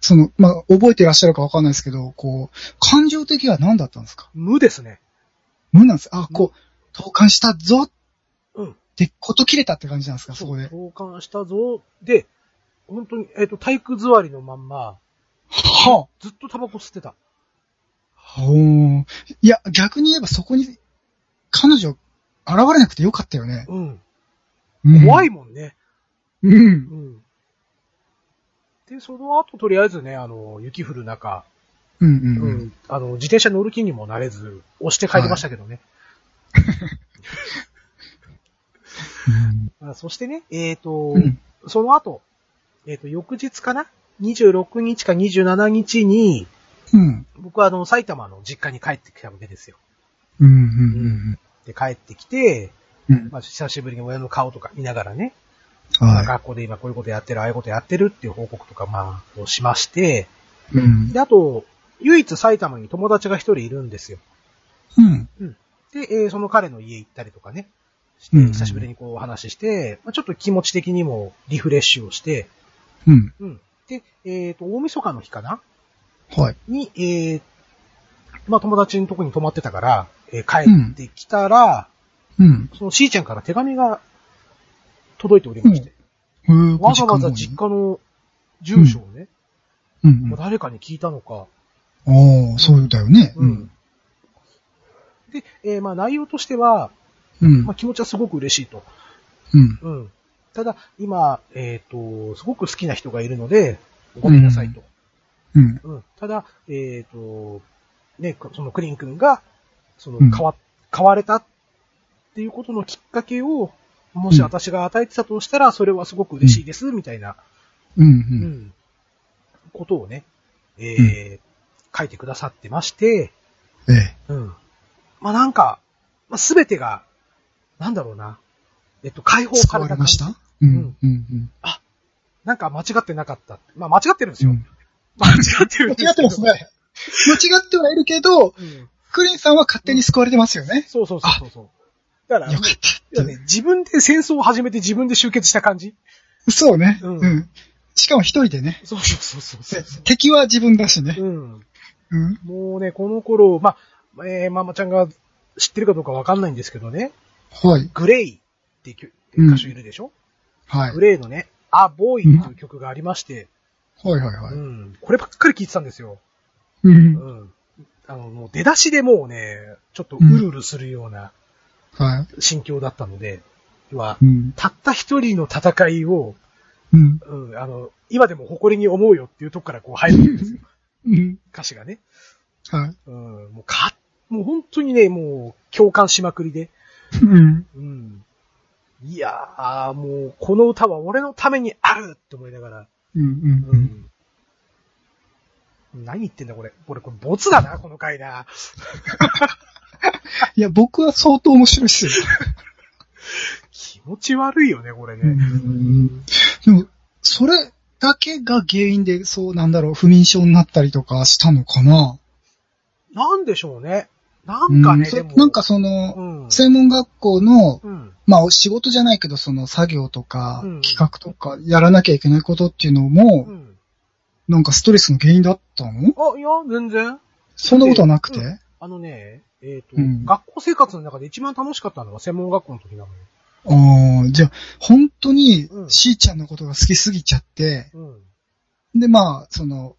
Speaker 2: その、まあ、覚えていらっしゃるかわかんないですけど、こう、感情的には何だったんですか
Speaker 1: 無ですね。
Speaker 2: 無なんです。あ、こう、投函したぞ
Speaker 1: うん
Speaker 2: ってこと切れたって感じなんですか、そこで。
Speaker 1: 投函したぞ。で、本当に、えっ、と、体育座りのまんま、
Speaker 2: は
Speaker 1: ずっとタバコ吸ってた。
Speaker 2: あ、ほう。いや、逆に言えばそこに、彼女、現れなくてよかったよね。
Speaker 1: うん。
Speaker 2: うん
Speaker 1: 怖いもんね。
Speaker 2: うん
Speaker 1: う。ん。で、その後、とりあえずね、あの、雪降る中、
Speaker 2: うん
Speaker 1: う
Speaker 2: うん
Speaker 1: ん、
Speaker 2: うん。
Speaker 1: あの、自転車乗る気にもなれず、押して帰りましたけどね。あそしてね、えっ、と、
Speaker 2: うん
Speaker 1: その後、えっ、と、翌日かな ?26 日か27日に、
Speaker 2: うん。
Speaker 1: 僕はあの、埼玉の実家に帰ってきたわけですよ。
Speaker 2: うん。うん。
Speaker 1: で、帰ってきて、
Speaker 2: うん。うん。
Speaker 1: まあ、久しぶりに親の顔とか見ながらね、まあ
Speaker 2: は
Speaker 1: 学校で今こういうことやってる、ああいうことやってるっていう報告とか、まあ、をしまして、
Speaker 2: い。うん。
Speaker 1: で、あと、唯一埼玉に友達が一人いるんですよ。
Speaker 2: うん。
Speaker 1: で、えーその彼の家行ったりとかね、して、
Speaker 2: うん
Speaker 1: 久しぶりにこうお話しして、まあ、ちょっと気持ち的にもリフレッシュをして、
Speaker 2: うん。
Speaker 1: うん。で、えっ、と、大晦日の日かな
Speaker 2: はい。
Speaker 1: に、えー、まあ友達のとこに泊まってたから、えー帰ってきたら、
Speaker 2: うん。
Speaker 1: そのしーちゃんから手紙が届いておりまして、
Speaker 2: へー
Speaker 1: わざわざ実。家の住所をね、
Speaker 2: ご実家の方にうん
Speaker 1: まあ誰かに聞いたのか、
Speaker 2: うん。ああ、そうだよね。
Speaker 1: うん。で、えーまあ内容としては、
Speaker 2: うん
Speaker 1: まあ。気持ちはすごく嬉しいと。
Speaker 2: うん。
Speaker 1: うん。ただ、今、えっ、と、すごく好きな人がいるので、ごめんなさいと。
Speaker 2: うん。
Speaker 1: うん。ただ、えっ、と、ね、そのクリン君が、その、
Speaker 2: うん
Speaker 1: 変わ、変われたっていうことのきっかけを、もし
Speaker 2: うん
Speaker 1: 私が与えてたとしたら、それはすごく嬉しいです、みたいな、
Speaker 2: うん。う。
Speaker 1: うんん。ことをね、えー書いてくださってまして、
Speaker 2: ええ。
Speaker 1: うん。まあ、なんか、まあ、すべてが、なんだろうな。えっと、解放さ
Speaker 2: 伝
Speaker 1: れ
Speaker 2: わ
Speaker 1: た感
Speaker 2: りま
Speaker 1: じ
Speaker 2: し。たうん。うん。
Speaker 1: なんか間違ってなかった。まあ、間違ってるんです
Speaker 2: う
Speaker 1: よ。
Speaker 2: ん。
Speaker 1: 間違ってるんですよ。
Speaker 2: 間違ってますね。間違ってはいるけ
Speaker 1: う
Speaker 2: ど、
Speaker 1: ん
Speaker 2: クリンさんは勝手に救われてますよね。
Speaker 1: そうそうそうそうそう。だから、
Speaker 2: よかっ
Speaker 1: いやね、自分で戦争を始めて自分で集結した感じ
Speaker 2: た。そうね。
Speaker 1: う
Speaker 2: うんん。しかも一人でね。
Speaker 1: そうそうそうそうそ
Speaker 2: 敵は自分だしね
Speaker 1: う。。うん。
Speaker 2: うん。
Speaker 1: もうね、この頃、まあ、えー、ママちゃんが知ってるかどうかわかんないんですけどね、
Speaker 2: はい。
Speaker 1: グレイっていうって歌手いるでしょ、
Speaker 2: はい。
Speaker 1: グレイのね、ア・ボーイっていう曲がありまして、
Speaker 2: はいはいうはい。
Speaker 1: ん、こればっかり聴いてたんですよ。
Speaker 2: う。
Speaker 1: うんん。あの、もう出だしでもうね、ちょっとうるうるするような
Speaker 2: は。、
Speaker 1: 心境だったので、要はい
Speaker 2: うん。
Speaker 1: たった一人の戦いを、
Speaker 2: うん。
Speaker 1: うん、あの、今でも誇りに思うよっていうとこからこう入るん ですよ。
Speaker 2: うん。
Speaker 1: 歌詞がね。
Speaker 2: はい。
Speaker 1: うん、もうか、もう本当にね、もう共感しまくりで。
Speaker 2: うん。
Speaker 1: うん。いやー、もうこの歌は俺のためにあるって思いながら。
Speaker 2: うん。うん。
Speaker 1: う
Speaker 2: うん。
Speaker 1: ん。何言ってんだこれ。これ、これボツだな、この回な。
Speaker 2: いや、僕は相当面白いっすよ。
Speaker 1: 気持ち悪いよね、これね。
Speaker 2: うんでも、それだけが原因で、そうなんだろう、不眠症になったりとかしたのかな
Speaker 1: なんでしょうね。なんかね、
Speaker 2: うそ
Speaker 1: でも。
Speaker 2: なんか、その、
Speaker 1: うん。
Speaker 2: 専門学校の、
Speaker 1: うん。
Speaker 2: まあお仕事じゃないけど、その作業とか
Speaker 1: うん、
Speaker 2: 企画とか、やらなきゃいけないことっていうの
Speaker 1: う
Speaker 2: も、
Speaker 1: ん。
Speaker 2: なんかストレスの原因だったの
Speaker 1: あ、いや、全然。
Speaker 2: そんなことはなくて
Speaker 1: うあのね、えっ、と、
Speaker 2: うん
Speaker 1: 学校生活の中で一番楽しかったのは専門学校の時なのよ。
Speaker 2: ああ、じゃあ、本当に
Speaker 1: う、ん
Speaker 2: しーちゃんのことが好きすぎちゃって、
Speaker 1: うん。
Speaker 2: で、まあ、その、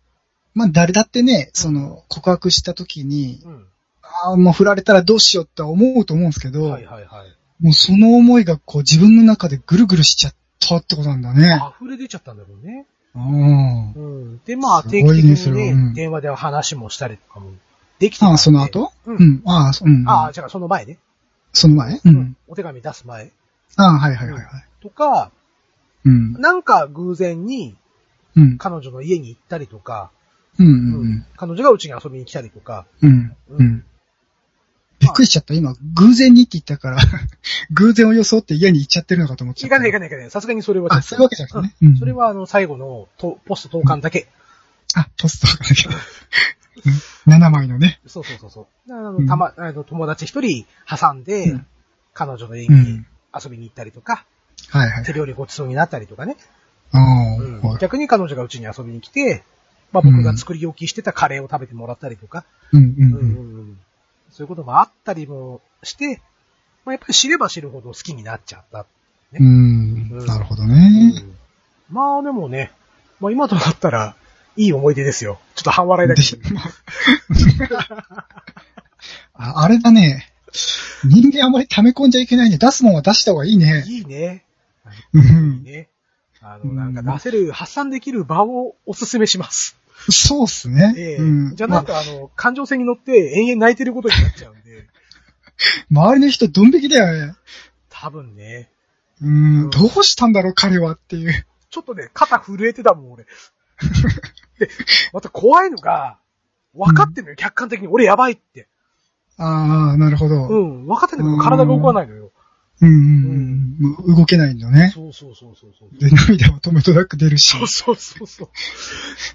Speaker 2: まあ誰だってね、その、告白した時に、
Speaker 1: うん。
Speaker 2: ああ、もう振られたらどうしようって思うと思うんですけど、
Speaker 1: はいはいはい。
Speaker 2: もうその思いがこう自分の中でぐるぐるしちゃったってことなんだね。
Speaker 1: 溢れ出ちゃったんだろうね。
Speaker 2: うん。
Speaker 1: うん。で、まあ、
Speaker 2: す
Speaker 1: 定
Speaker 2: ご
Speaker 1: 期
Speaker 2: い
Speaker 1: 的
Speaker 2: ねそ
Speaker 1: に
Speaker 2: れ
Speaker 1: ね、
Speaker 2: はうん
Speaker 1: 電話で話もしたりとかもできてたんで
Speaker 2: ああ、その後
Speaker 1: うん
Speaker 2: うん。ああ、そうん。
Speaker 1: ああ、違う、その前ね。
Speaker 2: その前う。。
Speaker 1: うんお手紙出す前
Speaker 2: ああ、はいはいはいはい。
Speaker 1: とか、
Speaker 2: うん。
Speaker 1: なんか偶然に
Speaker 2: うん。
Speaker 1: 彼女の家に行ったりとか、
Speaker 2: うん。う。
Speaker 1: うん彼女がうちに遊びに来たりとか、
Speaker 2: うん。
Speaker 1: うん
Speaker 2: うん。びっくりしちゃった。今、偶然にって言ったから、 偶然を装って家に行っちゃってるのかと思っち
Speaker 1: 行
Speaker 2: ゃった。
Speaker 1: かない行かない行かない。さすがにそれはちょっと
Speaker 2: あ、そういうわけじゃなくてね。うん。
Speaker 1: それ。はあの、最後のとポスト投函だけ。
Speaker 2: あ、ポスト がね。うん7枚のね。
Speaker 1: そうそうそうそう。あ
Speaker 2: う
Speaker 1: の、
Speaker 2: ん
Speaker 1: たま、あの、友達一人挟んで、
Speaker 2: うん
Speaker 1: 彼女の家
Speaker 2: う
Speaker 1: に
Speaker 2: ん。
Speaker 1: 遊びに行ったりとか、
Speaker 2: はいはい
Speaker 1: 手。料理ごちそうになったりとかね。
Speaker 2: ああ、
Speaker 1: うん
Speaker 2: はい
Speaker 1: 逆に彼女がうちに遊びに来て、まあ僕が作り置きしてたカレーを食べてもらったりとか、
Speaker 2: うんう
Speaker 1: うんん
Speaker 2: うん。
Speaker 1: そういうこともあったりもして、まあやっぱり知れば知るほど好きになっちゃった。
Speaker 2: うん。なるほどね。
Speaker 1: まあでもね、まあ今となったら、いい思い出ですよ。ちょっと半笑いだけど。
Speaker 2: ああれだね。人間あまり溜め込んじゃいけないね。出すもんは出した方がいいね。
Speaker 1: いいね。
Speaker 2: うん。
Speaker 1: ね。あ
Speaker 2: う
Speaker 1: の、
Speaker 2: ん
Speaker 1: なんか出せる、発散できる場をおすすめします。
Speaker 2: そうっすね。
Speaker 1: ええ
Speaker 2: うん。
Speaker 1: じゃないと、あの、感情線に乗って延々泣いてることになっちゃうんで、
Speaker 2: ま周りの人、ドン引きだよね。
Speaker 1: 多分ね、
Speaker 2: うん。どうしたんだろう、彼はっていう。
Speaker 1: ちょっとね、肩震えてたもん、俺。で、また怖いのが、分かってんのよ、客観的に。俺やばいって。
Speaker 2: ああ、なるほ
Speaker 1: う
Speaker 2: ど。うん
Speaker 1: ん、分かってんだけど体が動かないのよ。
Speaker 2: うんうん。もう動けないんだよね。
Speaker 1: そうそうそうそうそう。
Speaker 2: で、涙もトムトラック出るし
Speaker 1: そ、うそうそうそう。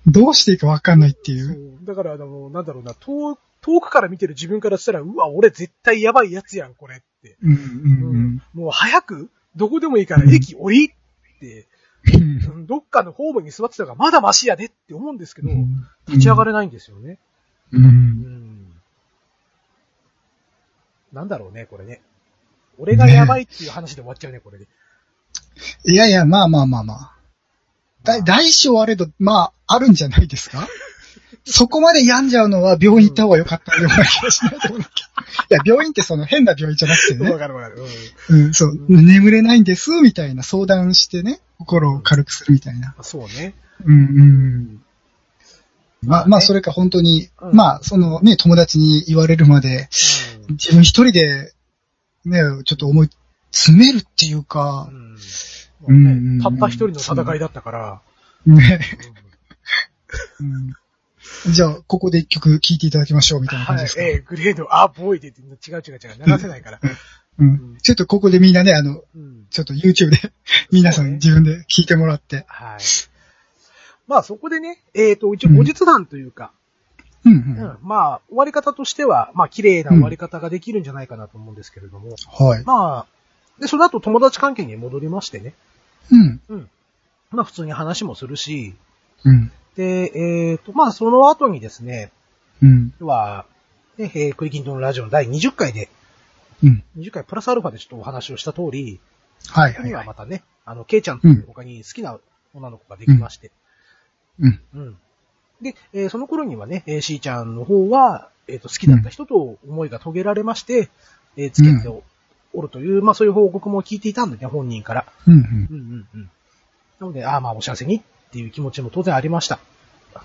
Speaker 2: どうしていいかわかんないってい。
Speaker 1: そうう。だから、あの、なんだろうな、遠、遠くから見てる自分からしたら、うわ、俺絶対やばいやつやん、これって。
Speaker 2: うんうん
Speaker 1: もう早く、どこでもいいから駅降りって、
Speaker 2: うん
Speaker 1: うんどっかのホームに座ってたからまだマシやでって思うんですけ
Speaker 2: う
Speaker 1: ど、
Speaker 2: ん。
Speaker 1: 立ち上がれないんですよね。
Speaker 2: う。
Speaker 1: うんん。なんだろうね、これね。俺がやばいっていう話で終わっちゃうね、これで。
Speaker 2: いやいや、まあまあまあまあ。だ、大小あれど、まあ、あるんじゃないです かそこまで病んじゃうのは病院行った方が良かったような気がしないでもないいや、病院ってその変な病院じゃなくて
Speaker 1: わ、
Speaker 2: ね。
Speaker 1: かるわかる。うん
Speaker 2: うん、そう。眠れないんです、みたいな相談してね。心を軽くするみたいな。
Speaker 1: そうね。
Speaker 2: うんうん。まあ、まあ、それか本当に、
Speaker 1: うん
Speaker 2: まあ、そのね、友達に言われるまで、
Speaker 1: うん
Speaker 2: 自分一人で、ね、ちょっと思い、詰めるっていうか、
Speaker 1: うん
Speaker 2: うん
Speaker 1: まあ
Speaker 2: うんうん
Speaker 1: ねたった一人の戦いだったから、
Speaker 2: ね。
Speaker 1: うん
Speaker 2: うんじゃあ、ここで一曲聴いていただきましょう、みたいな感
Speaker 1: は
Speaker 2: じ
Speaker 1: い
Speaker 2: です、か。
Speaker 1: えーグレード、あ、ボーイでって、違う違う違う、流せないから。
Speaker 2: うん。ちょっとここでみんなね、あの、
Speaker 1: うん。
Speaker 2: ちょっと YouTube で、皆さん自分で聴いてもらって。
Speaker 1: はい。まあそこでね、えっ、と、一応後日談というか、
Speaker 2: う
Speaker 1: う
Speaker 2: んうん
Speaker 1: んまあ終わり方としては、まあ綺麗な終わり方ができるんじゃないかなと思うんですけれども、
Speaker 2: はい。
Speaker 1: まあ、で、その後友達関係に戻りましてね、
Speaker 2: うん。
Speaker 1: まあ普通に話もするし、
Speaker 2: うん。
Speaker 1: で、えっ、と、まあその後にですね、
Speaker 2: うん。
Speaker 1: 要は、ね、えー、クイキントのラジオの第20回で、
Speaker 2: うん。
Speaker 1: 20回プラスアルファでちょっとお話をした通り、
Speaker 2: はい
Speaker 1: ここ
Speaker 2: はい
Speaker 1: には
Speaker 2: はい。
Speaker 1: またね、あの、ケイちゃんという他に好きな女の子ができまして。
Speaker 2: うん。
Speaker 1: うん。で、えーその頃にはね、えー、しーちゃんの方は、えっ、と、好きだった人と思いが遂げられまして、えー付き合ってお,、るという、まあそういう報告も聞いていたんだね、本人から。
Speaker 2: うんうん
Speaker 1: うんうんうん。なので、ああまあお幸せにっていう気持ちも当然ありました。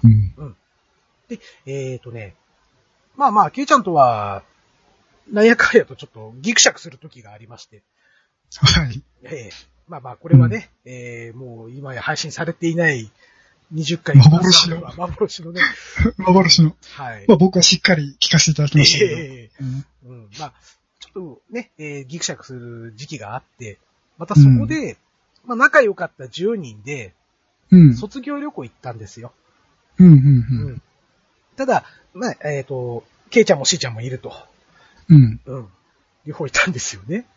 Speaker 2: うん。
Speaker 1: えっ、とね、まあまあ、ケイちゃんとは、なんやかんやとちょっとギクシャクする時がありまして。
Speaker 2: はい。
Speaker 1: ええまあまあ、これはね、ええもう今や配信されていない20回
Speaker 2: 幻の
Speaker 1: 幻のね。
Speaker 2: 幻の。
Speaker 1: はい。
Speaker 2: まあ僕はしっかり聴かせていただきましたけど。
Speaker 1: ええ
Speaker 2: うん
Speaker 1: うん。まあ、ちょっとね、ええギクシャクする時期があって、またそこで、まあ仲良かった10人で、
Speaker 2: うん。
Speaker 1: 卒業旅行行ったんですよ。
Speaker 2: う
Speaker 1: う
Speaker 2: んう
Speaker 1: んただ、まあ、えっ、と、ケイちゃんもシーちゃんもいると。
Speaker 2: うん。うん。
Speaker 1: うん。両方いたんですよね。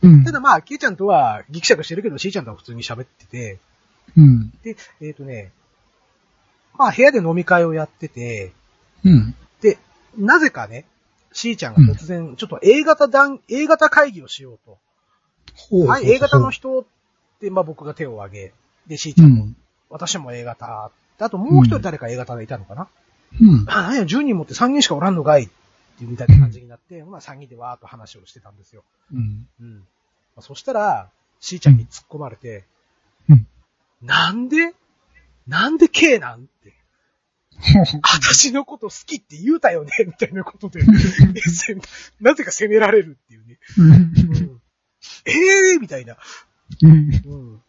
Speaker 2: うん。
Speaker 1: ただまあ、ケイちゃんとはギクシャクしてるけど、シーちゃんとは普通に喋ってて、
Speaker 2: うん。
Speaker 1: で、えっ、とね、まあ部屋で飲み会をやってて、
Speaker 2: うん。
Speaker 1: で、なぜかね、しーちゃんが突然、ちょっと A 型団、A 型会議をしようと。
Speaker 2: ほう
Speaker 1: はい、A 型の人って、まあ僕が手を挙げ、で、しーちゃんも、
Speaker 2: うん
Speaker 1: 私も A 型。であともう一人誰か A 型がいたのかな、
Speaker 2: うん。
Speaker 1: あ、何や、10人持って3人しかおらんのかいっていうみたいな感じになって、まあ3人でわーっと話をしてたんですよ。
Speaker 2: うん。
Speaker 1: うん。まあ、そしたら、しーちゃんに突っ込まれて、
Speaker 2: うん
Speaker 1: なんでなんで K なんて。
Speaker 2: ほうほう
Speaker 1: 私のこと好きって言うたよね、 みたいなこと で、せなぜか責められるっていうね。
Speaker 2: うん
Speaker 1: ええー、みたいな。
Speaker 2: うん。
Speaker 1: うん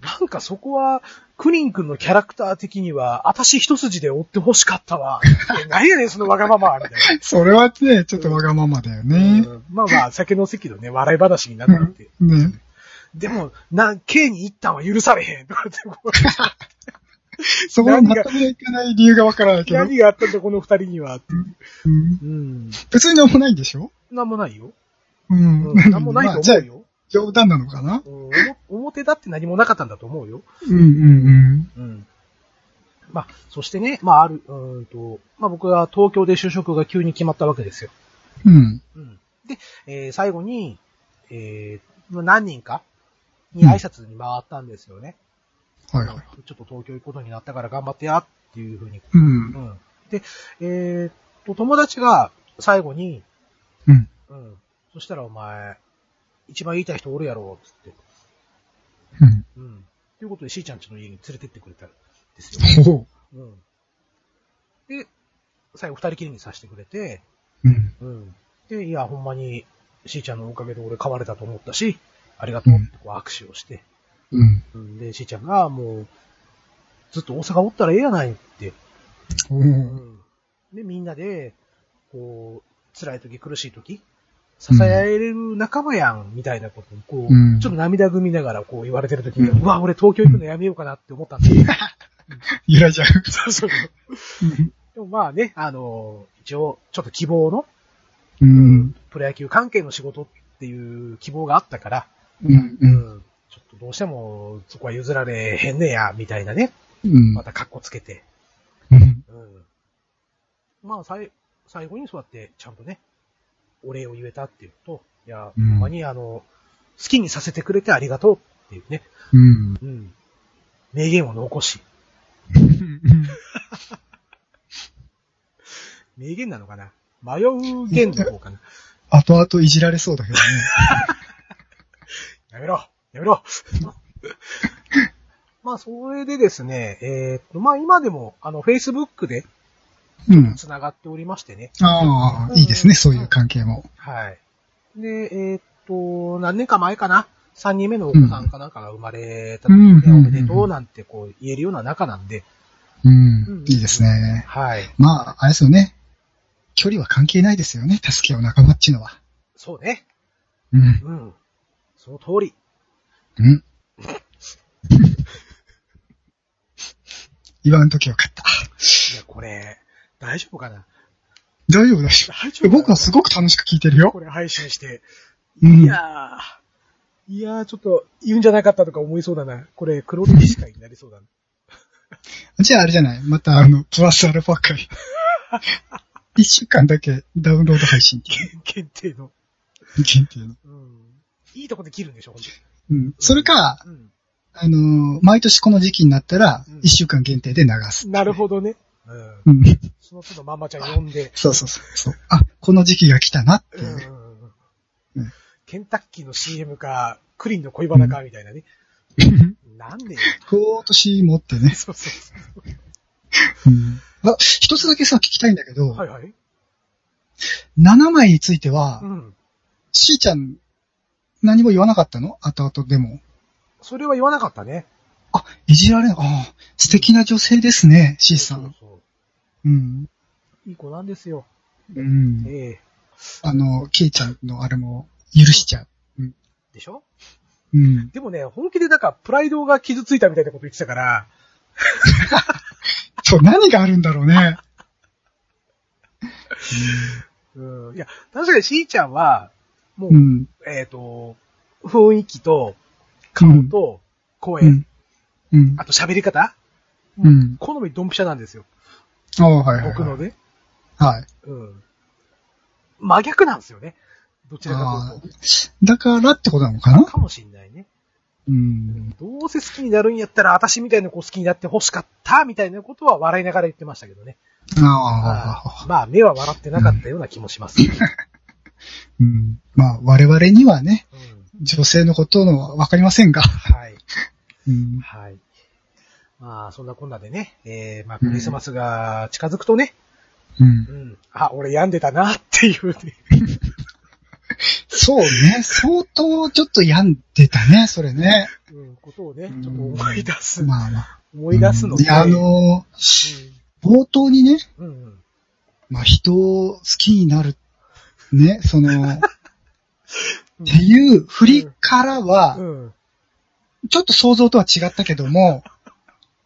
Speaker 1: なんかそこは、クリン君のキャラクター的には、私一筋で追って欲しかったわ。何やねん、そのわがまま、みたい
Speaker 2: それはね、ちょっとわがままだよね
Speaker 1: な。。うんまあまあ、酒の席のね、笑い話になってて。
Speaker 2: ね。
Speaker 1: でも、な、K に一旦は許されへん、とかってこ う。
Speaker 2: そこに納得いかない理由がわからないけど。
Speaker 1: 何があったんだ、この二人には。
Speaker 2: うん
Speaker 1: うん。
Speaker 2: 別に何もないんでしょ
Speaker 1: なんもないよ。
Speaker 2: うん
Speaker 1: うん。なんもない
Speaker 2: まあ
Speaker 1: と
Speaker 2: じゃあ
Speaker 1: 思う、よ。
Speaker 2: 冗談なのかな
Speaker 1: うんおも表だって何もなかったんだと思うよ。
Speaker 2: うんうん
Speaker 1: うん。まあ、そしてね、まあ、ある、うーんと、まあ僕は東京で就職が急に決まったわけですよ。
Speaker 2: うん。
Speaker 1: うん。で、えー最後に、えーまあ何人かに挨拶に回ったんですよね。
Speaker 2: はいはい。
Speaker 1: ちょっと東京行くことになったから頑張ってやっていうふうに。
Speaker 2: う。
Speaker 1: うんん。で、えーっと、友達が最後に、
Speaker 2: うん。
Speaker 1: うん。そしたらお前、一番言いたい人おるやろ、つって。
Speaker 2: うん。
Speaker 1: うん。ということで、しーちゃんちの家に連れてってくれたんですよ。
Speaker 2: ほう。
Speaker 1: うん。で、最後二人きりにさせてくれて、
Speaker 2: うん。
Speaker 1: うん。で、いや、ほんまに、しーちゃんのおかげで俺買われたと思ったし、ありがとうってこう握手をして、
Speaker 2: うん。
Speaker 1: うん、で、しーちゃんがもう、ずっと大阪おったらええやないって、
Speaker 2: お
Speaker 1: う
Speaker 2: ー
Speaker 1: ん。で、みんなで、こう、辛い時、苦しい時、支え合える仲間やん、みたいなことを、こう、
Speaker 2: うん
Speaker 1: ちょっと涙ぐみながらこう言われてる時に、う
Speaker 2: うん
Speaker 1: わ、俺東京行くのやめようかなって思ったんだけど、
Speaker 2: 揺らいじゃ う。
Speaker 1: そうそうそうでもまあね、あのー一応、ちょっと希望の、
Speaker 2: う。
Speaker 1: うんプロ野球関係の仕事っていう希望があったから、
Speaker 2: うん。
Speaker 1: う
Speaker 2: うん。
Speaker 1: んちょっとどうしてもそこは譲られへんねや、みたいなね、
Speaker 2: うん
Speaker 1: また格好つけて、
Speaker 2: うん。
Speaker 1: うんまあ、さい最後にそうやってちゃんとね、お礼を言えたっていうと、いや、
Speaker 2: うん
Speaker 1: ほんまにあの、好きにさせてくれてありがとうっていうね、
Speaker 2: うん。
Speaker 1: うん名言を残し、名言なのかな迷う言の方かな
Speaker 2: 後々いじられそうだけどね。
Speaker 1: やめろやめろ まあ、それでですね、えーっと、まあ今でも、あの、Facebook で
Speaker 2: うん。
Speaker 1: 繋がっておりましてね。
Speaker 2: ああ、いいですね、そういう関係も。
Speaker 1: はい。で、えーっと、何年か前かな ?3 人目のお子さんかなんかが生まれた時
Speaker 2: うん
Speaker 1: に、
Speaker 2: うん
Speaker 1: おめでとうなんてこう言えるような仲なんで、
Speaker 2: うん。いいですね。
Speaker 1: はい。
Speaker 2: まあ、あれですよね。距離は関係ないですよね、助け合う仲間っちゅうのは。
Speaker 1: そうね。
Speaker 2: うん。
Speaker 1: うん。その通り。
Speaker 2: うん。言わんときよかった。
Speaker 1: いや、これ、大丈夫かな
Speaker 2: 大丈夫だし。
Speaker 1: 大丈夫
Speaker 2: 僕はすごく楽しく聞いてる
Speaker 1: こ
Speaker 2: よ。
Speaker 1: れ配信して。
Speaker 2: うん
Speaker 1: いやー。いやー、ちょっと、言うんじゃなかったとか思いそうだな。これ、黒歴史会になりそうだな。
Speaker 2: じゃああれじゃないまたあの、プラスアルファ回。一週間だけダウンロード配信っていう
Speaker 1: 限定の。
Speaker 2: 限定の。
Speaker 1: うん。いいとこで切るんでしょ、ほんと
Speaker 2: うん。それか、
Speaker 1: うん。
Speaker 2: あのー毎年この時期になったら
Speaker 1: うん、
Speaker 2: 一週間限定で流す。
Speaker 1: なるほどね。うん。
Speaker 2: うん。
Speaker 1: その都度ママちゃん呼んで。
Speaker 2: そうそうそうそう。あ、この時期が来たなって
Speaker 1: う
Speaker 2: い
Speaker 1: ん
Speaker 2: う。うん
Speaker 1: ケンタッキーの CM か、クリンの恋バナか、みたいなね。なんでよ。
Speaker 2: 今年もってね。
Speaker 1: そうそうそ
Speaker 2: うん。あ、一つだけさ、聞きたいんだけど、
Speaker 1: う。はいはい。
Speaker 2: 7枚については
Speaker 1: う、ん。
Speaker 2: しーちゃん、何も言わなかったの後々でも。
Speaker 1: それは言わなかったね。
Speaker 2: あ、いじられな、ああ、素敵な女性ですね、しーさ。
Speaker 1: そうんそうそ
Speaker 2: うん。
Speaker 1: ういい子なんですよ。
Speaker 2: うん。
Speaker 1: ええ
Speaker 2: あの、ケイちゃんのあれも許しちゃ
Speaker 1: でしょ
Speaker 2: う。うん。
Speaker 1: でもね、本気でなんか、プライドが傷ついたみたいなこと言ってたから、
Speaker 2: そう、何があるんだろうね。
Speaker 1: うん。いや、確かにしーちゃんは、もう、
Speaker 2: うん。
Speaker 1: えっ、と、雰囲気と、顔と、声、
Speaker 2: うん。うん。
Speaker 1: あと喋り方
Speaker 2: うん。
Speaker 1: 好みドンピシャなんですよ。
Speaker 2: ああ、はいはいはい。
Speaker 1: 僕のね。
Speaker 2: はい。
Speaker 1: うん。真逆なんですよね。どちらかという
Speaker 2: だからってことなのかな
Speaker 1: と。かもしんないね。
Speaker 2: うん。
Speaker 1: どうせ好きになるんやったら、私みたいな子好きになって欲しかった、みたいなことは笑いながら言ってましたけどね。
Speaker 2: ああ
Speaker 1: まあ、まあ、目は笑ってなかったような気もします。
Speaker 2: うん。まあ、我々にはね、
Speaker 1: うん
Speaker 2: 女性のことのはわかりませんが。
Speaker 1: はい。
Speaker 2: うん。
Speaker 1: はい。まあ、そんなこんなでね、えー、まあ、クリスマスが近づくとね、
Speaker 2: うん
Speaker 1: う。ん、あ、俺病んでたなっていうね、
Speaker 2: そうね。相当ちょっと病んでたね、それね。
Speaker 1: うん、ことをね、ちょっと思い出す、
Speaker 2: まあまあ。
Speaker 1: 思い出すの
Speaker 2: うんい
Speaker 1: で、
Speaker 2: や、あのー冒頭にね、
Speaker 1: うん、うん、うん、
Speaker 2: まあ、人を好きになる、ね、その、っていう振りから
Speaker 1: う
Speaker 2: は、
Speaker 1: ん、
Speaker 2: ちょっと想像とは違ったけども、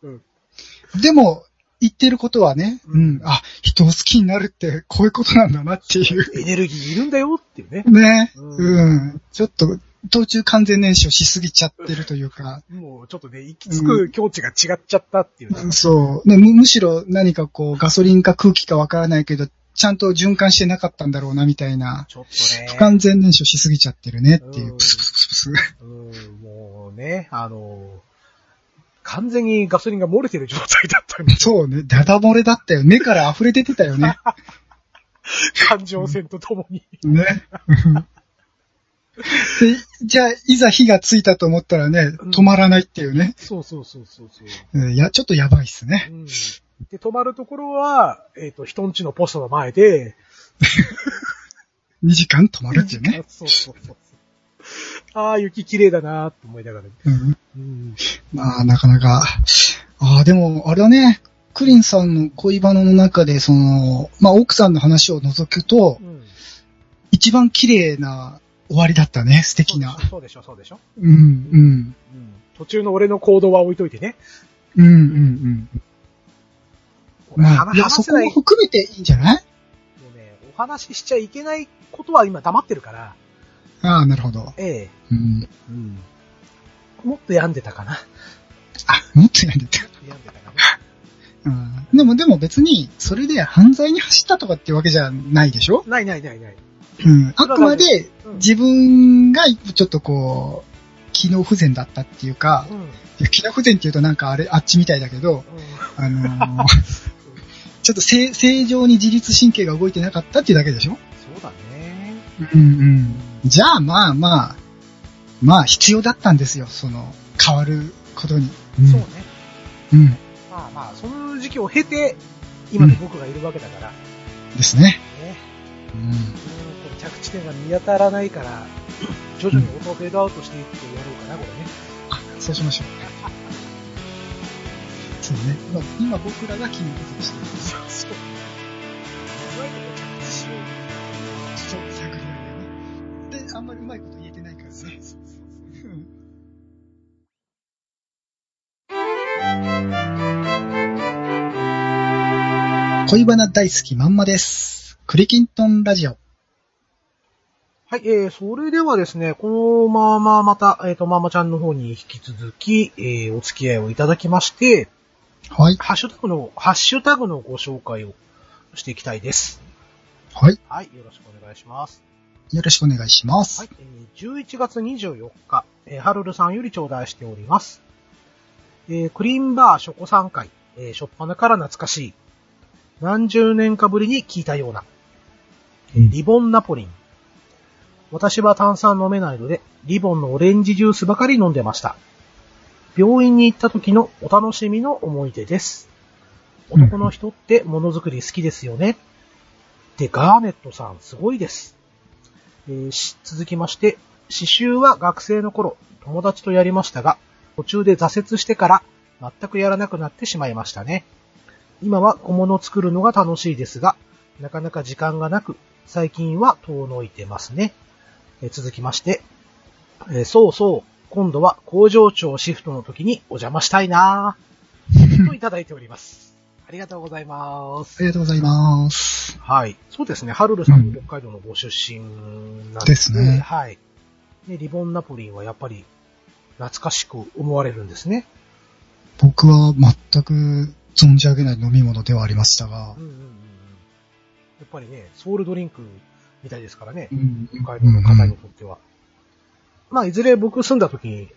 Speaker 1: うん
Speaker 2: でも、言ってることはね、
Speaker 1: う
Speaker 2: うんん、あ、人を好きになるって、こういうことなんだなっていう。
Speaker 1: エネルギーいるんだよっていうね。
Speaker 2: ね、
Speaker 1: う
Speaker 2: うんん、ちょっと、途中完全燃焼しすぎちゃってるというか、
Speaker 1: もうちょっとね、行き着く境地が違っちゃったっていうね。
Speaker 2: そう。ねむ、むしろ何かこう、ガソリンか空気かわからないけど、ちゃんと循環してなかったんだろうな、みたいな。
Speaker 1: ちょっとね。
Speaker 2: 不完全燃焼しすぎちゃってるねっていうう。
Speaker 1: ん
Speaker 2: プスプスプスプス。
Speaker 1: うん、もうね、あの、完全にガソリンが漏れてる状態だったん で、
Speaker 2: そうね。ダダ漏れだったよ。目から溢れ出てたよね。
Speaker 1: 環状線とともに。
Speaker 2: ね。 でじゃあ、いざ火がついたと思ったらね、
Speaker 1: うん
Speaker 2: 止まらないっていうね。
Speaker 1: そうそうそうそうそう。
Speaker 2: うんいや、ちょっとやばいっすね。
Speaker 1: うん。で、止まるところは、えっ、と、人んちのポストの前で、
Speaker 2: 2時間止まるっていうね。
Speaker 1: そうそうそう。ああ、雪綺麗だなーって思いながら。
Speaker 2: うん、
Speaker 1: うん。
Speaker 2: まあ、なかなか。ああ、でも、あれだね。クリンさんの恋バナの中で、その、まあ、奥さんの話を除くと
Speaker 1: う、ん。
Speaker 2: 一番綺麗な終わりだったね。素敵な。
Speaker 1: そうでしょ、そうでしょ。
Speaker 2: うん、うん。
Speaker 1: うん。途中の俺の行動は置いといてね。
Speaker 2: うん、うん、うん。
Speaker 1: 俺
Speaker 2: まあ、
Speaker 1: 話
Speaker 2: いや、
Speaker 1: 話
Speaker 2: そ
Speaker 1: せ
Speaker 2: こ
Speaker 1: ない
Speaker 2: も含めていいんじゃない
Speaker 1: もうね、お話ししちゃいけないことは今黙ってるから、
Speaker 2: ああ、なるほど。
Speaker 1: ええ。
Speaker 2: うん。
Speaker 1: うん。もっと病んでた かな。
Speaker 2: あ、もっとやんでた。
Speaker 1: 病んでたかな。
Speaker 2: うんでも、でも別に、それで犯罪に走ったとかっていうわけじゃないでしょ
Speaker 1: ないないないない。
Speaker 2: うん。あくまで、
Speaker 1: うん。
Speaker 2: 自分がちょっとこう、機能不全だったっていうか
Speaker 1: う、ん。うん
Speaker 2: いや機能不全っていうとなんかあれ、あっちみたいだけど、あの ーちょっと正正常に自律神経が動いてなかったっていうだけでしょ
Speaker 1: そうだね。
Speaker 2: うんうん。じゃあまあまあ、まあ必要だったんですよ、その、変わることに。うん
Speaker 1: そうね。
Speaker 2: うん。
Speaker 1: まあまあ、その時期を経て、今の僕がいるわけだから、ね。
Speaker 2: ですね。
Speaker 1: うんこの着地点が見当たらない から、徐々に音をフェードアウトしていってやろうかな、これね。
Speaker 2: あ、そうしましょう。そうね。まあ今僕らが筋肉痛してる。
Speaker 1: そうそう。うまいこと着地しよう。
Speaker 2: そう、100ぐらいだよね。で、あんまりうまいこと言えてないからね。うん恋バナ大好きまんまです。クリキントンラジオ。
Speaker 1: はい、えー、それではですね、このまままた、えっ、と、ままちゃんの方に引き続き、えー、お付き合いをいただきまして、
Speaker 2: はい。
Speaker 1: ハッシュタグの、ハッシュタグのご紹介をしていきたいです。
Speaker 2: はい。
Speaker 1: はい、よろしくお願いします。
Speaker 2: よろしくお願いします。
Speaker 1: はい、えー11月24日、えーハルルさんより頂戴しております。えークリーンバーショコ3回、えー、しょっぱなから懐かしい。何十年かぶりに聞いたような。えーリボンナポリン。私は炭酸飲めないので、リボンのオレンジジュースばかり飲んでました。病院に行った時のお楽しみの思い出です。
Speaker 2: うん
Speaker 1: 男の人ってものづくり好きですよね。で、ガーネットさんすごいです。えーし続きまして、刺繍は学生の頃、友達とやりましたが、途中で挫折してから、全くやらなくなってしまいましたね。今は小物を作るのが楽しいですが、なかなか時間がなく、最近は遠のいてますね。えー続きまして、えーそうそう、今度は工場長シフトの時にお邪魔したいなぁ、といただいております。ありがとうございま
Speaker 2: あ
Speaker 1: す。
Speaker 2: りがとうございます。
Speaker 1: はい。そうですね。ハルルさん
Speaker 2: う
Speaker 1: も
Speaker 2: ん
Speaker 1: 北海道のご出身なん
Speaker 2: ですね
Speaker 1: はい。で、リボンナポリンはやっぱり懐かしく思われるんですね。
Speaker 2: 僕は全く存じ上げない飲み物ではありましたが
Speaker 1: うん。うんうんうん。やっぱりね、ソウルドリンクみたいですからね。
Speaker 2: ん
Speaker 1: 北海道の方にとっては。まあ、いずれ僕住んだ時に、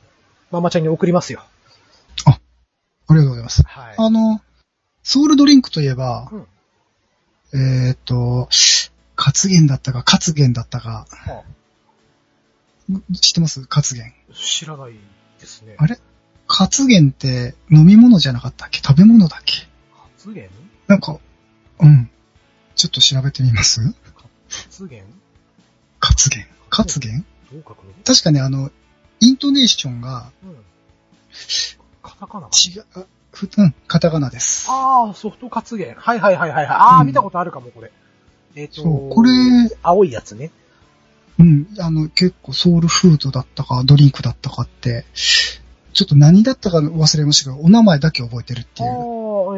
Speaker 1: ママちゃんに送りますよ。
Speaker 2: ありがとうございます。
Speaker 1: はい。
Speaker 2: あの、ソウルドリンクといえば、
Speaker 1: うん。
Speaker 2: えーっと、活源だったか、活源だったか、
Speaker 1: あ
Speaker 2: 知ってます活源。
Speaker 1: 知らないですね。
Speaker 2: あれ活源って飲み物じゃなかったっけ食べ物だっけ
Speaker 1: 発言
Speaker 2: なんか、うん。ちょっと調べてみます
Speaker 1: 発言
Speaker 2: 活源。活源
Speaker 1: どう書くの
Speaker 2: 確かね、あの、イントネーションが
Speaker 1: うん。カタカナ
Speaker 2: 違う、あふうん、カタカナです。
Speaker 1: ああ、ソフト活言。はいはいはいはいはい。ああ、
Speaker 2: うん
Speaker 1: 見たことあるかも、これ。えっ、と
Speaker 2: そう、これ、
Speaker 1: 青いやつね。
Speaker 2: うん、あの、結構ソウルフードだったか、ドリンクだったかって、ちょっと何だったか忘れましたけど、お名前だけ覚えてるって
Speaker 1: ああ
Speaker 2: いう。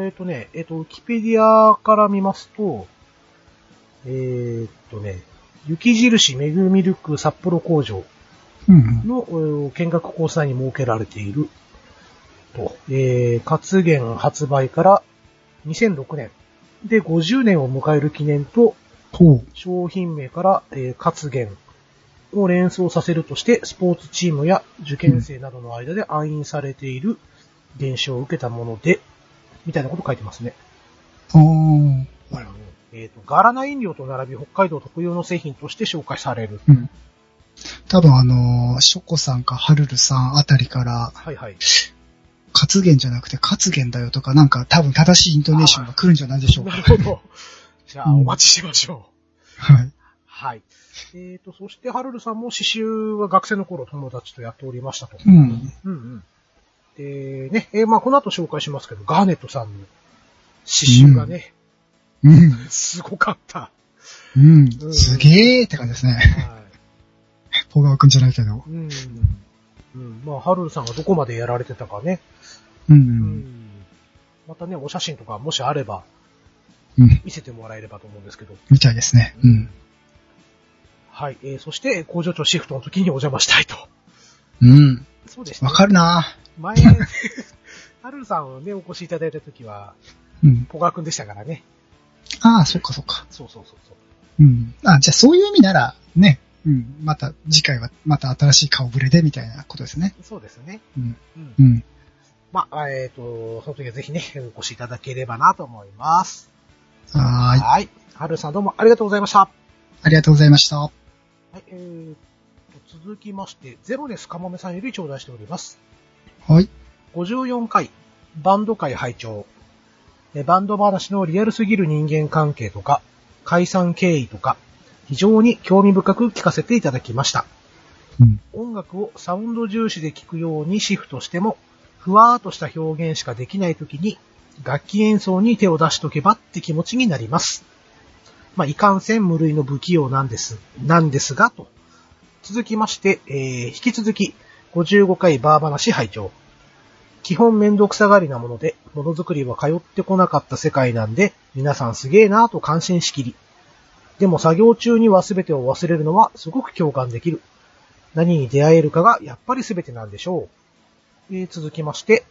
Speaker 1: ー、えっ、とね、えっ、と、ウィキペディアから見ますと、えっ、とね、雪印メグミルク札幌工場。
Speaker 2: うん。
Speaker 1: のえー見学交際に設けられている。と、えー、活言発売から2006年で50年を迎える記念と
Speaker 2: ほう。
Speaker 1: 商品名から、えー、活言を連想させるとして、スポーツチームや受験生などの間で暗印されている伝承を受けたもので、みたいなこと書いてますね。
Speaker 2: あー
Speaker 1: あのえっ、と、ガラナ飲料と並び北海道特有の製品として紹介される。
Speaker 2: うん。多分あのーショコさんかハルルさんあたりから、
Speaker 1: はいはい。
Speaker 2: 活言じゃなくて活言だよとか、なんか多分正しいイントネーションが来るんじゃないでしょうか。
Speaker 1: なるほど。じゃあ、
Speaker 2: うん
Speaker 1: お待ちしましょう。
Speaker 2: はい。
Speaker 1: はい。えっ、と、そして、ハルルさんも刺繍は学生の頃友達とやっておりましたと。
Speaker 2: うん。
Speaker 1: うんうん。で、ね、えーまあ、この後紹介しますけど、ガーネットさんの刺繍がね、
Speaker 2: うん。
Speaker 1: すごかった。
Speaker 2: う
Speaker 1: うん
Speaker 2: ん。すげーって感じですね。
Speaker 1: は
Speaker 2: 小川くんじゃないけど。
Speaker 1: い。うん。うん、まあ、ハルルさんがどこまでやられてたかね。
Speaker 2: う。
Speaker 1: うんん。またね、お写真とかもしあれば、
Speaker 2: うん。
Speaker 1: 見せてもらえればと思うんですけど。
Speaker 2: みたいですね。うん。
Speaker 1: はい。えーそして、工場長シフトの時にお邪魔したいと。
Speaker 2: うん。
Speaker 1: そうですね。
Speaker 2: わかるな
Speaker 1: 前、 ハルルさんをね、お越しいただいた時は、
Speaker 2: うん。
Speaker 1: ポガー君でしたからね。
Speaker 2: ああ、そっかそっか。
Speaker 1: そうそうそうそう。
Speaker 2: うん。あ、じゃあそういう意味なら、ね。うん。また、次回は、また新しい顔ぶれで、みたいなことですね。
Speaker 1: そうですね。
Speaker 2: うん。
Speaker 1: うん
Speaker 2: う。ん。
Speaker 1: まあ、えっ、と、その時はぜひね、お越しいただければなと思います。
Speaker 2: はーい。
Speaker 1: はい。ハルルさんどうもありがとうございました。
Speaker 2: ありがとうございました。
Speaker 1: はい、えー、と続きまして、ゼロネスカモメさんより頂戴しております。
Speaker 2: はい。
Speaker 1: 54回、バンド界拝聴えーバンド話のリアルすぎる人間関係とか、解散経緯とか、非常に興味深く聞かせていただきました。
Speaker 2: うん。
Speaker 1: 音楽をサウンド重視で聴くようにシフトしても、ふわーっとした表現しかできない時に、楽器演奏に手を出しとけばって気持ちになります。まあ、いかんせん無類の不器用なんです、なんですが、と。続きまして、えー引き続き、55回バー話拝聴基本めんどくさがりなもので、ものづくりは通ってこなかった世界なんで、皆さんすげえなぁと感心しきり。でも作業中には全てを忘れるのはすごく共感できる。何に出会えるかがやっぱり全てなんでしょう。えー続きまして、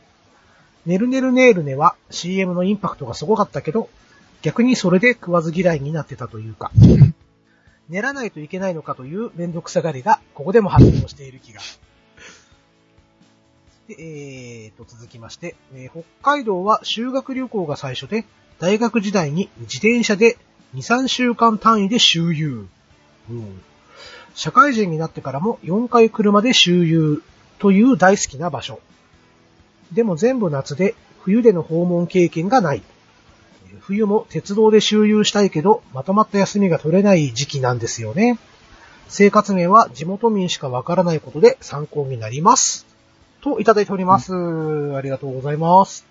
Speaker 1: ねるねるねーるねは CM のインパクトがすごかったけど、逆にそれで食わず嫌いになってたというか、練らないといけないのかというめんどくさがりが、ここでも発動している気が。でえー、と、続きまして、えー北海道は修学旅行が最初で、大学時代に自転車で2、3週間単位で周遊。うん社会人になってからも4回車で周遊という大好きな場所。でも全部夏で、冬での訪問経験がない。冬も鉄道で周遊したいけど、まとまった休みが取れない時期なんですよね。生活面は地元民しかわからないことで参考になります。といただいております。ありがとうございます。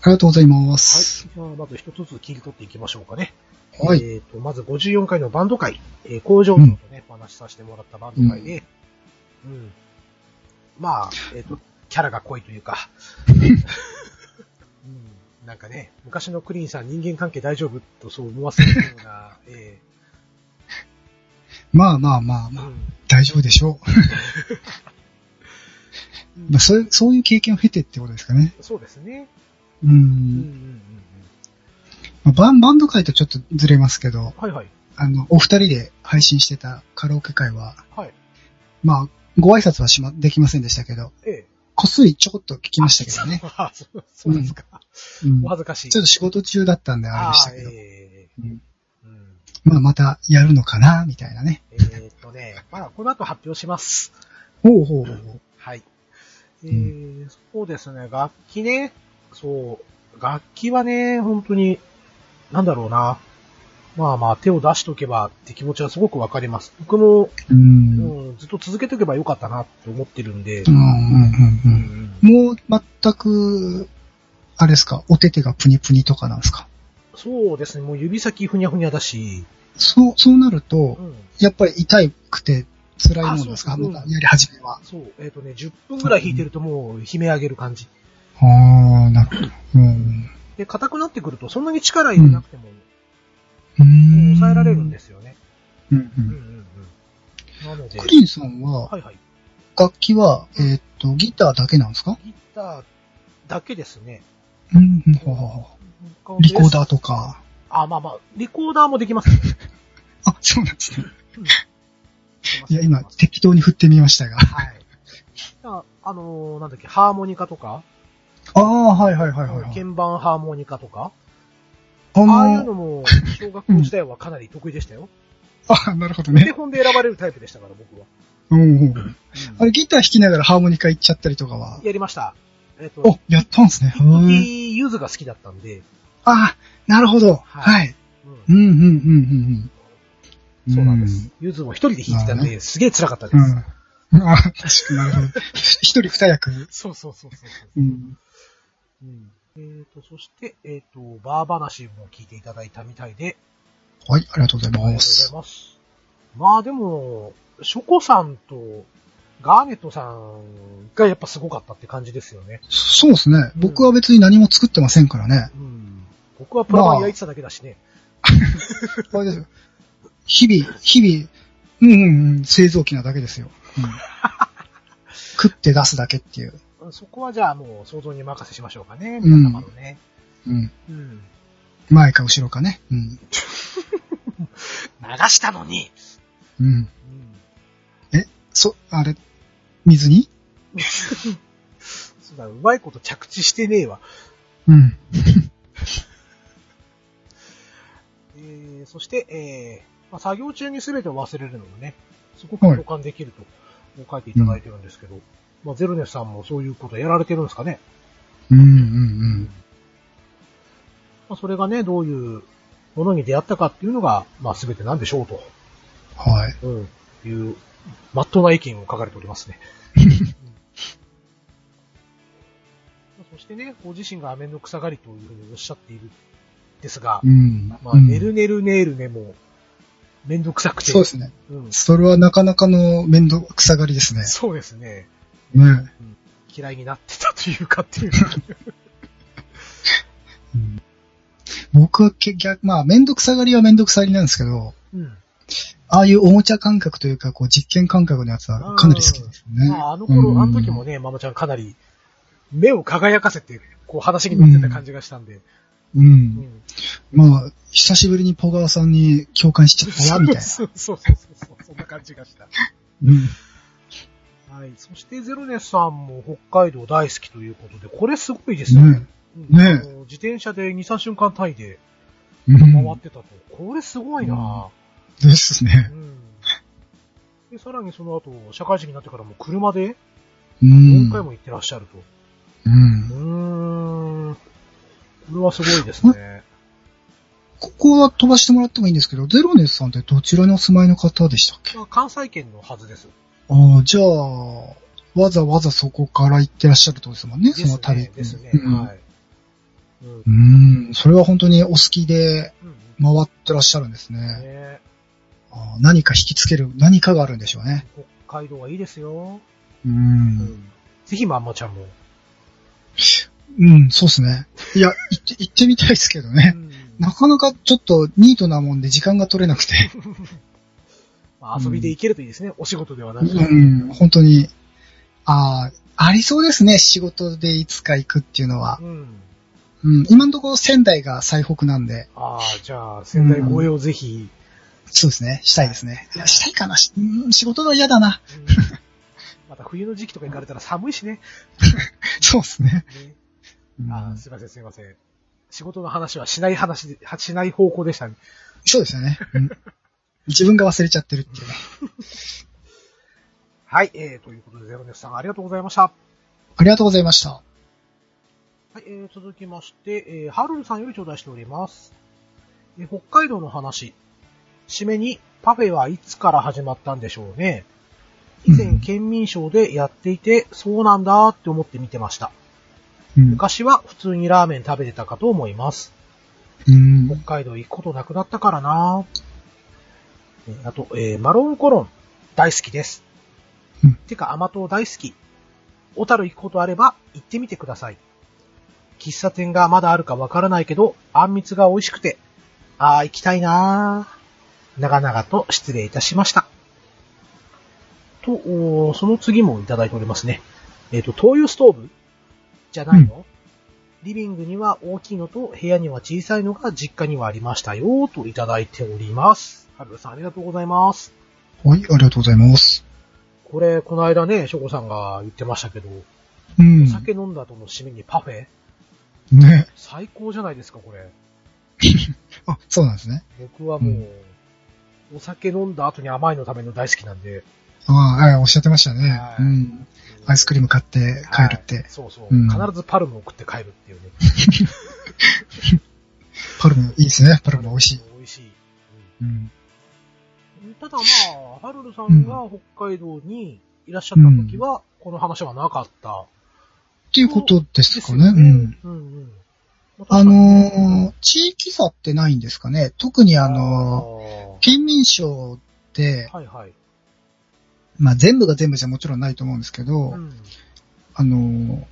Speaker 2: ありがとうございま
Speaker 1: はい。
Speaker 2: す。
Speaker 1: じゃあ、まず一つずつ切り取っていきましょうかね。
Speaker 2: はい。
Speaker 1: えっ、と、まず54回のバンド会、えー工場長とね、お話しさせてもらったバンド会で、うん。まあ、えっ、と、キャラが濃いという か、うん、なんかね、昔のクリーンさん人間関係大丈夫とそう思わせるよう な、え
Speaker 2: まあまあまあ
Speaker 1: ー
Speaker 2: ま
Speaker 1: う
Speaker 2: あ、
Speaker 1: ん
Speaker 2: 大丈夫でしょう。まあ、そういう、そういう経験を経てってことですかね。
Speaker 1: そうですね。
Speaker 2: う
Speaker 1: うんうん
Speaker 2: ん。
Speaker 1: うん
Speaker 2: まあバンバンド会とちょっとずれますけど、
Speaker 1: うん。はいはい。
Speaker 2: あの、お二人で配信してたカラオケ会は、
Speaker 1: はい。
Speaker 2: まあ、ご挨拶はしま、できませんでしたけど、
Speaker 1: ええ。
Speaker 2: こっそりちょこっと聞きましたけどね。
Speaker 1: あそうそうですか。
Speaker 2: うん
Speaker 1: お恥ずかしい。
Speaker 2: ちょっと仕事中だったんであれでしたけど
Speaker 1: あー、え
Speaker 2: う
Speaker 1: えう
Speaker 2: ん
Speaker 1: ん
Speaker 2: まあまたやるのかな、みたいなね。
Speaker 1: えーっとね、まあ、この後発表します。
Speaker 2: ほうほうほうほう。
Speaker 1: はい。えーそうですね、楽器ね、そう、楽器はね、本当に、なんだろうな。まあまあ、手を出しとけばって気持ちはすごくわかります。僕も、
Speaker 2: うーん。
Speaker 1: うん、ずっと続けとけばよかったなって思ってるんで
Speaker 2: うん、う。んう
Speaker 1: うんん
Speaker 2: うん。もう全く、あれですか、お手手がプニプニとかなんですか。
Speaker 1: そうですね、もう指先ふにゃふにゃだし、
Speaker 2: そう、そうなると
Speaker 1: う、ん、
Speaker 2: やっぱり痛くて辛いもんなんです
Speaker 1: あ
Speaker 2: か、
Speaker 1: そう
Speaker 2: まだやり始めは。
Speaker 1: そう、えーっ、とね、10分ぐらい弾いてるともう悲鳴上げる感じ。
Speaker 2: ああ、なるほど。うん。
Speaker 1: で、硬くなってくるとそんなに力入れなくても、
Speaker 2: う
Speaker 1: もう
Speaker 2: ー
Speaker 1: ん抑えられるんですよね。
Speaker 2: うんう
Speaker 1: うんうん
Speaker 2: ん。
Speaker 1: うん。なので、
Speaker 2: クリンさんは、
Speaker 1: はいはい。
Speaker 2: 楽器は、えーっと、ギターだけなんですか
Speaker 1: ギターだけですね。
Speaker 2: うん、ほうほうほうリコーダーとか。
Speaker 1: あ、まあまあ、リコーダーもできますね。
Speaker 2: あ、そうなんですね。
Speaker 1: うん
Speaker 2: いや、
Speaker 1: は
Speaker 2: 今、適当に振ってみましたが。
Speaker 1: い。ああのーなんだっけ、ハーモニカとか、
Speaker 2: ああ、はいはいはいはいはい。
Speaker 1: 鍵盤ハーモニカとか、
Speaker 2: あ
Speaker 1: ああいう
Speaker 2: の
Speaker 1: のも、小学校時代はかなり得意でしたよ。
Speaker 2: あ、なるほど
Speaker 1: 手
Speaker 2: ね。
Speaker 1: 本で選ばれるタイプでしたから、僕は。
Speaker 2: うんうん。あ
Speaker 1: うん
Speaker 2: れ、ギター弾きながらハーモニカ行っちゃったりとかは。
Speaker 1: やりました。えっ、と
Speaker 2: お、、やったんすね。
Speaker 1: 一
Speaker 2: へえ。
Speaker 1: 時ユズが好きだったんで、
Speaker 2: ああ、なるほど。
Speaker 1: は
Speaker 2: はい。
Speaker 1: う
Speaker 2: うんんうんうんうんうん。
Speaker 1: そうなんです。ユズも一人で弾いてたん
Speaker 2: まあ
Speaker 1: で、すげえ辛かったで
Speaker 2: う
Speaker 1: す。
Speaker 2: ん。うん。ああ、確かになるほど。一人二役。
Speaker 1: そうそうそうそうそう。
Speaker 2: うん。
Speaker 1: うんえっ、と、そして、えっ、と、バー話も聞いていただいたみたいで、
Speaker 2: はい、ありがとうご
Speaker 1: ありがと
Speaker 2: ざい
Speaker 1: う
Speaker 2: ま
Speaker 1: ござい
Speaker 2: す。
Speaker 1: ます。まあでも、ショコさんとガーネットさんがやっぱすごかったって感じですよね。
Speaker 2: そうですね。僕は別に何も作ってませんからね。
Speaker 1: うん。僕はプラマン焼いてただけだしね。
Speaker 2: あれですよ日々、日々、うんうんうん、製造機なだけですよ。うん食って出すだけっていう。
Speaker 1: そこはじゃあもう想像に任せしましょうかね。
Speaker 2: うん
Speaker 1: 皆様のね。
Speaker 2: うん。
Speaker 1: うん。
Speaker 2: 前か後ろかね。うん。
Speaker 1: 流したのに、
Speaker 2: うん。
Speaker 1: うん、
Speaker 2: そ、あれ、水に
Speaker 1: そうだ、うまいこと着地してねえわ。
Speaker 2: うん。
Speaker 1: えー、そして、えーまあ、作業中に全てを忘れるのもね、すごく共感できると書いていただいてるんですけど、まあ、ゼルネスさんもそういうことやられてるんですかね。
Speaker 2: うんうん
Speaker 1: まあ、それがね、どういうものに出会ったかっていうのが、まあ、全てなんでしょうと、
Speaker 2: うん。はい。
Speaker 1: うん、いう、まっとうな意見を書かれております ね。うんそしてね、ご自身がめんどくさがりというふうにおっしゃっているんですが
Speaker 2: う、ん。
Speaker 1: まあ、
Speaker 2: うん
Speaker 1: ねるねるねるねも、めんどくさくて。
Speaker 2: そうですね。
Speaker 1: うん
Speaker 2: それはなかなかの面倒くさがりですね。
Speaker 1: そうですね。
Speaker 2: ね。
Speaker 1: 嫌いになってたというかっていう。
Speaker 2: うん僕はけ逆、まあ、面倒くさがりは面倒くさがりなんですけど、
Speaker 1: うん。
Speaker 2: ああいうおもちゃ感覚というか、こう、実験感覚のやつはかなり好きですよね。
Speaker 1: まあ、あの頃、
Speaker 2: うん
Speaker 1: あの時もね、ママちゃんかなり、目を輝かせて、こう話に乗ってた感じがしたんで。う
Speaker 2: う。
Speaker 1: んん。
Speaker 2: まあ、久しぶりにポガワさんに共感しちゃったわ、みたい な。
Speaker 1: そうそうそうそう、そんな感じがした。
Speaker 2: うん。
Speaker 1: はい。そして、ゼロネスさんも北海道大好きということで、これすごいですよね
Speaker 2: ね。
Speaker 1: うん
Speaker 2: ねえ
Speaker 1: あの自転車で2、3瞬間単位で
Speaker 2: う
Speaker 1: 回
Speaker 2: ん
Speaker 1: っ。てたと。これすごいな
Speaker 2: ですね
Speaker 1: う。ん。で、さらにその後、社会人になってからも車で
Speaker 2: う
Speaker 1: 4
Speaker 2: ん。
Speaker 1: 回も行ってらっしゃると。
Speaker 2: うん
Speaker 1: う。ーん。これはすごいです ね。
Speaker 2: ここは飛ばしてもらってもいいんですけど、ゼロネスさんってどちらにお住まいの方でしたっけ
Speaker 1: まあ関西圏のはずです。
Speaker 2: ああ、じゃあ、わざわざそこから行ってらっしゃるってことですもんね、
Speaker 1: で
Speaker 2: その
Speaker 1: す
Speaker 2: 旅。
Speaker 1: ね。ですね。
Speaker 2: うん
Speaker 1: はい。うん。うん
Speaker 2: うん、それは本当にお好きで
Speaker 1: うん
Speaker 2: 回ってらっしゃるんです
Speaker 1: ね
Speaker 2: ね。
Speaker 1: え
Speaker 2: あー何か引きつける、何かがあるんでしょうね。
Speaker 1: 北海道はいいですよ。
Speaker 2: う。
Speaker 1: うんんぜひ、まんまちゃんも。
Speaker 2: うん、そうですね。いや、行って、行ってみたいですけどね。なかなかちょっとニートなもんで時間が取れなくて。
Speaker 1: まあ遊びで行けるといいですね。お仕事ではな
Speaker 2: う
Speaker 1: く。
Speaker 2: ん、本当に。ああ、ありそうですね。仕事でいつか行くっていうのは。
Speaker 1: うん。
Speaker 2: うん、今のところ仙台が最北なんで、
Speaker 1: ああ、じゃあ、仙台越えをぜひ。
Speaker 2: そうですね。したいですね。いや、したいかな。しうん仕事が嫌だな。
Speaker 1: うんまた冬の時期とか行かれたら寒いしね。
Speaker 2: そうですね。
Speaker 1: ね
Speaker 2: うん
Speaker 1: あーすいません、すいません。仕事の話はしない話で、はしない方向でしたね。
Speaker 2: そうですよね。うん自分が忘れちゃってるっていうね。
Speaker 1: はい、えー、ということで、ゼロネスさんありがとうございました。は
Speaker 2: ありがとうございました。
Speaker 1: い、えー、続きまして、えー、ハルルさんより頂戴しております。えー北海道の話。締めに、パフェはいつから始まったんでしょうね。以
Speaker 2: う
Speaker 1: 前、
Speaker 2: ん
Speaker 1: 県民賞でやっていて、そうなんだって思って見てました。
Speaker 2: うん。
Speaker 1: 昔は普通にラーメン食べてたかと思います。
Speaker 2: うん
Speaker 1: 北海道行くことなくなったからなえーあと、えーマロンコロン、大好きです。
Speaker 2: うん
Speaker 1: てか、甘党大好き。小樽行くことあれば、行ってみてください。喫茶店がまだあるかわからないけど、あんみつが美味しくて、あー行きたいな長々と失礼いたしました。と、おーその次もいただいておりますね。えっ、と、灯油ストーブじゃないの、リビングには大きいのと、部屋には小さいのが実家にはありましたよ、といただいております。はるさんありがとうございます。
Speaker 2: はい、ありがとうございます。
Speaker 1: これ、この間ね、しょこさんが言ってましたけど、
Speaker 2: うん。
Speaker 1: お酒飲んだ後の締めにパフェ
Speaker 2: ね。
Speaker 1: 最高じゃないですか、これ。
Speaker 2: あ、そうなんですね。
Speaker 1: 僕はもう、お酒飲んだ後に甘いのための大好きなんで。
Speaker 2: ああ、はいおっしゃってましたね。
Speaker 1: はい
Speaker 2: うん。アイスクリーム買って帰るって、
Speaker 1: はいそうそう、
Speaker 2: うん
Speaker 1: 必ずパルムを食って帰るっていうね。
Speaker 2: パルムいいですね。パルム美味しい。。
Speaker 1: 美味しい。
Speaker 2: うん。
Speaker 1: うんただまあ、ハルルさんが北海道にいらっしゃった時は、この話はなかった。
Speaker 2: っていうことです
Speaker 1: です
Speaker 2: か
Speaker 1: よ
Speaker 2: ね。うん。。
Speaker 1: うんうん。
Speaker 2: あのー地域差ってないんですかね。特にあのー県民省って
Speaker 1: ー、はいはい。
Speaker 2: まあ全部が全部じゃもちろんないと思うんですけど、
Speaker 1: うん
Speaker 2: あのー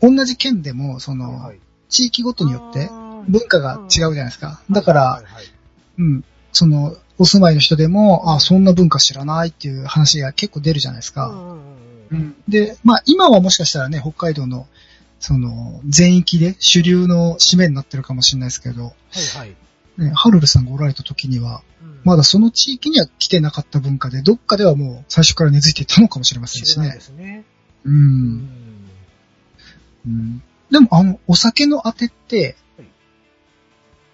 Speaker 2: 同じ県でも、そ
Speaker 1: はいは
Speaker 2: の
Speaker 1: い、
Speaker 2: 地域ごとによって
Speaker 1: あー
Speaker 2: 文化が違うじゃないですか。だか
Speaker 1: は
Speaker 2: ら
Speaker 1: い、はい
Speaker 2: うん、その、お住まいの人でも、あ、そんな文化知らないっていう話が結構出るじゃないです
Speaker 1: う
Speaker 2: か。
Speaker 1: んうんうん
Speaker 2: うんで、まあ今はもしかしたらね、北海道の、その、全域で主流の締めになってるかもしれないですけど、
Speaker 1: はいはい。
Speaker 2: ね、ハルルさんがおられた時には、
Speaker 1: うん
Speaker 2: まだその地域には来てなかった文化で、どっかではもう最初から根付いていたのかもしれません
Speaker 1: 知
Speaker 2: し
Speaker 1: らない
Speaker 2: ね
Speaker 1: で。すね。
Speaker 2: う。
Speaker 1: うんん
Speaker 2: うん。でも、あの、お酒のあてって
Speaker 1: はい、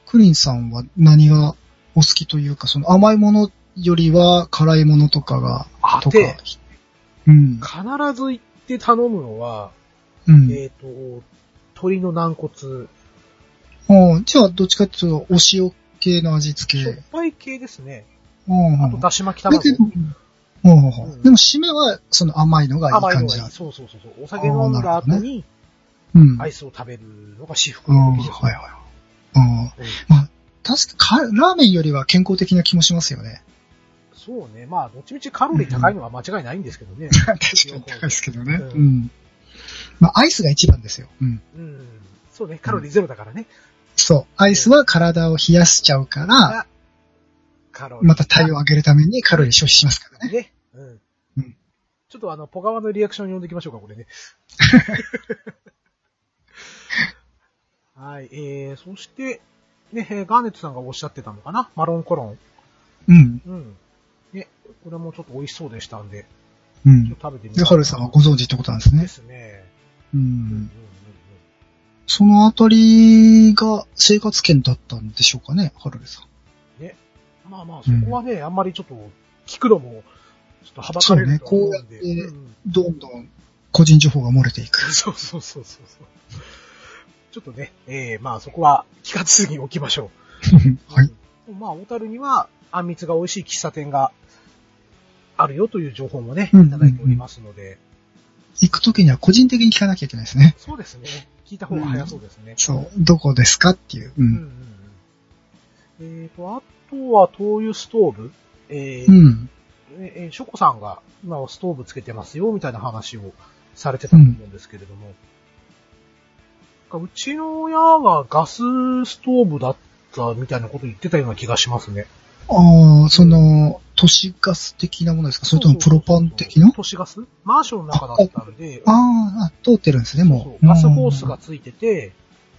Speaker 2: クリンさんは何がお好きというか、その甘いものよりは辛いものとかが、
Speaker 1: あ
Speaker 2: とか
Speaker 1: て、
Speaker 2: うん。
Speaker 1: 必ず行って頼むのは、
Speaker 2: うん。
Speaker 1: えっ、と、鶏の軟骨、
Speaker 2: ああじゃあ、どっちかっていうと、お塩系の味付
Speaker 1: しょ
Speaker 2: け
Speaker 1: っ。ぱい系ですね。
Speaker 2: うん
Speaker 1: あと、だし巻き
Speaker 2: だ
Speaker 1: 卵。
Speaker 2: けど、うんうんうん
Speaker 1: うん
Speaker 2: でも、締めは、その甘いのがいい
Speaker 1: 甘い
Speaker 2: 感
Speaker 1: の
Speaker 2: じ
Speaker 1: がい
Speaker 2: だ
Speaker 1: い。。そうそうそうそう。お酒飲んだ後に
Speaker 2: うん。
Speaker 1: ア
Speaker 2: はい。
Speaker 1: イスを食べるのが至福
Speaker 2: うん、
Speaker 1: の
Speaker 2: はい
Speaker 1: 時です、
Speaker 2: はい。ああ
Speaker 1: うん
Speaker 2: 確かか、ラーメンよりは健康的な気もしますよね。
Speaker 1: そうね。まあ、どっちみちカロリー高いのは間違いないんですけどね。
Speaker 2: 確かに高いですけどね。
Speaker 1: う
Speaker 2: うんん。まあ、アイスが一番ですよ。うん。
Speaker 1: うん。そうね。カロリーゼロだからね。
Speaker 2: そう。アイスは体を冷やしちゃうから、
Speaker 1: がカロリー。
Speaker 2: また体温を上げるためにカロリー消費しますからね。
Speaker 1: ね。うん。
Speaker 2: うん
Speaker 1: ちょっとあの、ポガワのリアクション読んでいきましょうか、これね。はい。えー、そして、ね、えーガーネットさんがおっしゃってたのかなマロンコロン。
Speaker 2: うん。
Speaker 1: うん。ね、これもちょっと美味しそうでしたんで、ち
Speaker 2: う
Speaker 1: ょっ
Speaker 2: ん。
Speaker 1: と食べてみ
Speaker 2: で、
Speaker 1: よう
Speaker 2: ハルさんはご存知ってことなんです
Speaker 1: で
Speaker 2: ね。
Speaker 1: すね。
Speaker 2: う
Speaker 1: うんうんうん
Speaker 2: ん。
Speaker 1: う
Speaker 2: そのあたりが生活圏だったんでしょうかね、ハルさん。
Speaker 1: ん。まあまあ、そこはね、あんまりちょっと聞くのも、ちょっとはばかれると思うんで。
Speaker 2: そうねこうやって
Speaker 1: んん
Speaker 2: どんどん個人情報が漏れていく。
Speaker 1: そうそうそうそうそう。ちょっとね、えー、まあそこは聞かずに置きましょう。
Speaker 2: はい。
Speaker 1: うん。まあ、小樽には、あんみつが美味しい喫茶店があるよという情報もね、
Speaker 2: うんうんうん
Speaker 1: いただいておりますので、
Speaker 2: 行くときには個人的に聞かなきゃいけないですね。
Speaker 1: そうですね。聞いた方が早そうですね。
Speaker 2: そう。どこですかっていう。う
Speaker 1: うん
Speaker 2: ん。
Speaker 1: うんうん。えっ、と、あとは灯油ストーブ。えー
Speaker 2: うん。
Speaker 1: ええーショコさんが今はストーブつけてますよ、みたいな話をされてたと思うんですけれども。うちの親はガスストーブだったみたいなこと言ってたような気がしますね。
Speaker 2: ああ、その、都市ガス的なものですかそれともプロパン的な
Speaker 1: 都市ガスマンションの中だったんで、
Speaker 2: ああ、通ってるんですね、
Speaker 1: そう
Speaker 2: も
Speaker 1: そう
Speaker 2: う。
Speaker 1: ガスホースが
Speaker 2: うん。
Speaker 1: ついてて、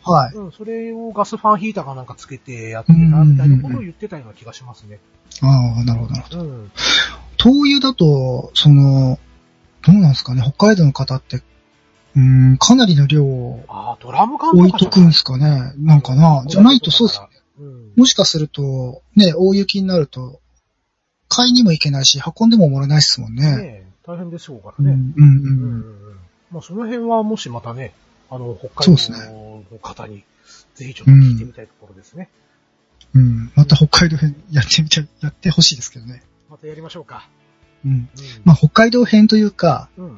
Speaker 2: はい。
Speaker 1: うん、それをガスファンヒーターかなんかつけてやってたみたいなことを言ってたような気がしますね。
Speaker 2: ああ、なるほど、なるほ
Speaker 1: う
Speaker 2: ど。
Speaker 1: ん。
Speaker 2: 灯油だと、その、どうなんですかね、北海道の方って、うーん、かなりの量を
Speaker 1: ああ、ドラム缶
Speaker 2: 置い
Speaker 1: か
Speaker 2: とくんすかね、なんかな。じゃないとそうです。。
Speaker 1: うん。
Speaker 2: もしかすると、ね、大雪になると、買いにも行けないし、運んでももらえないですもんね。
Speaker 1: ねえ大変でしょうか
Speaker 2: う
Speaker 1: ら
Speaker 2: ん、
Speaker 1: ね。
Speaker 2: うん、うんうん。
Speaker 1: まあ、その辺はもしまたね、あの、北海
Speaker 2: そうです
Speaker 1: 道の方に、ぜひちょっと聞いてみたいところですね。
Speaker 2: うん。また北海道編やってみたい、やってほしいですけどね。
Speaker 1: またやりましょうか。
Speaker 2: うん。
Speaker 1: うん。
Speaker 2: まあ、北海道編というか、
Speaker 1: うん。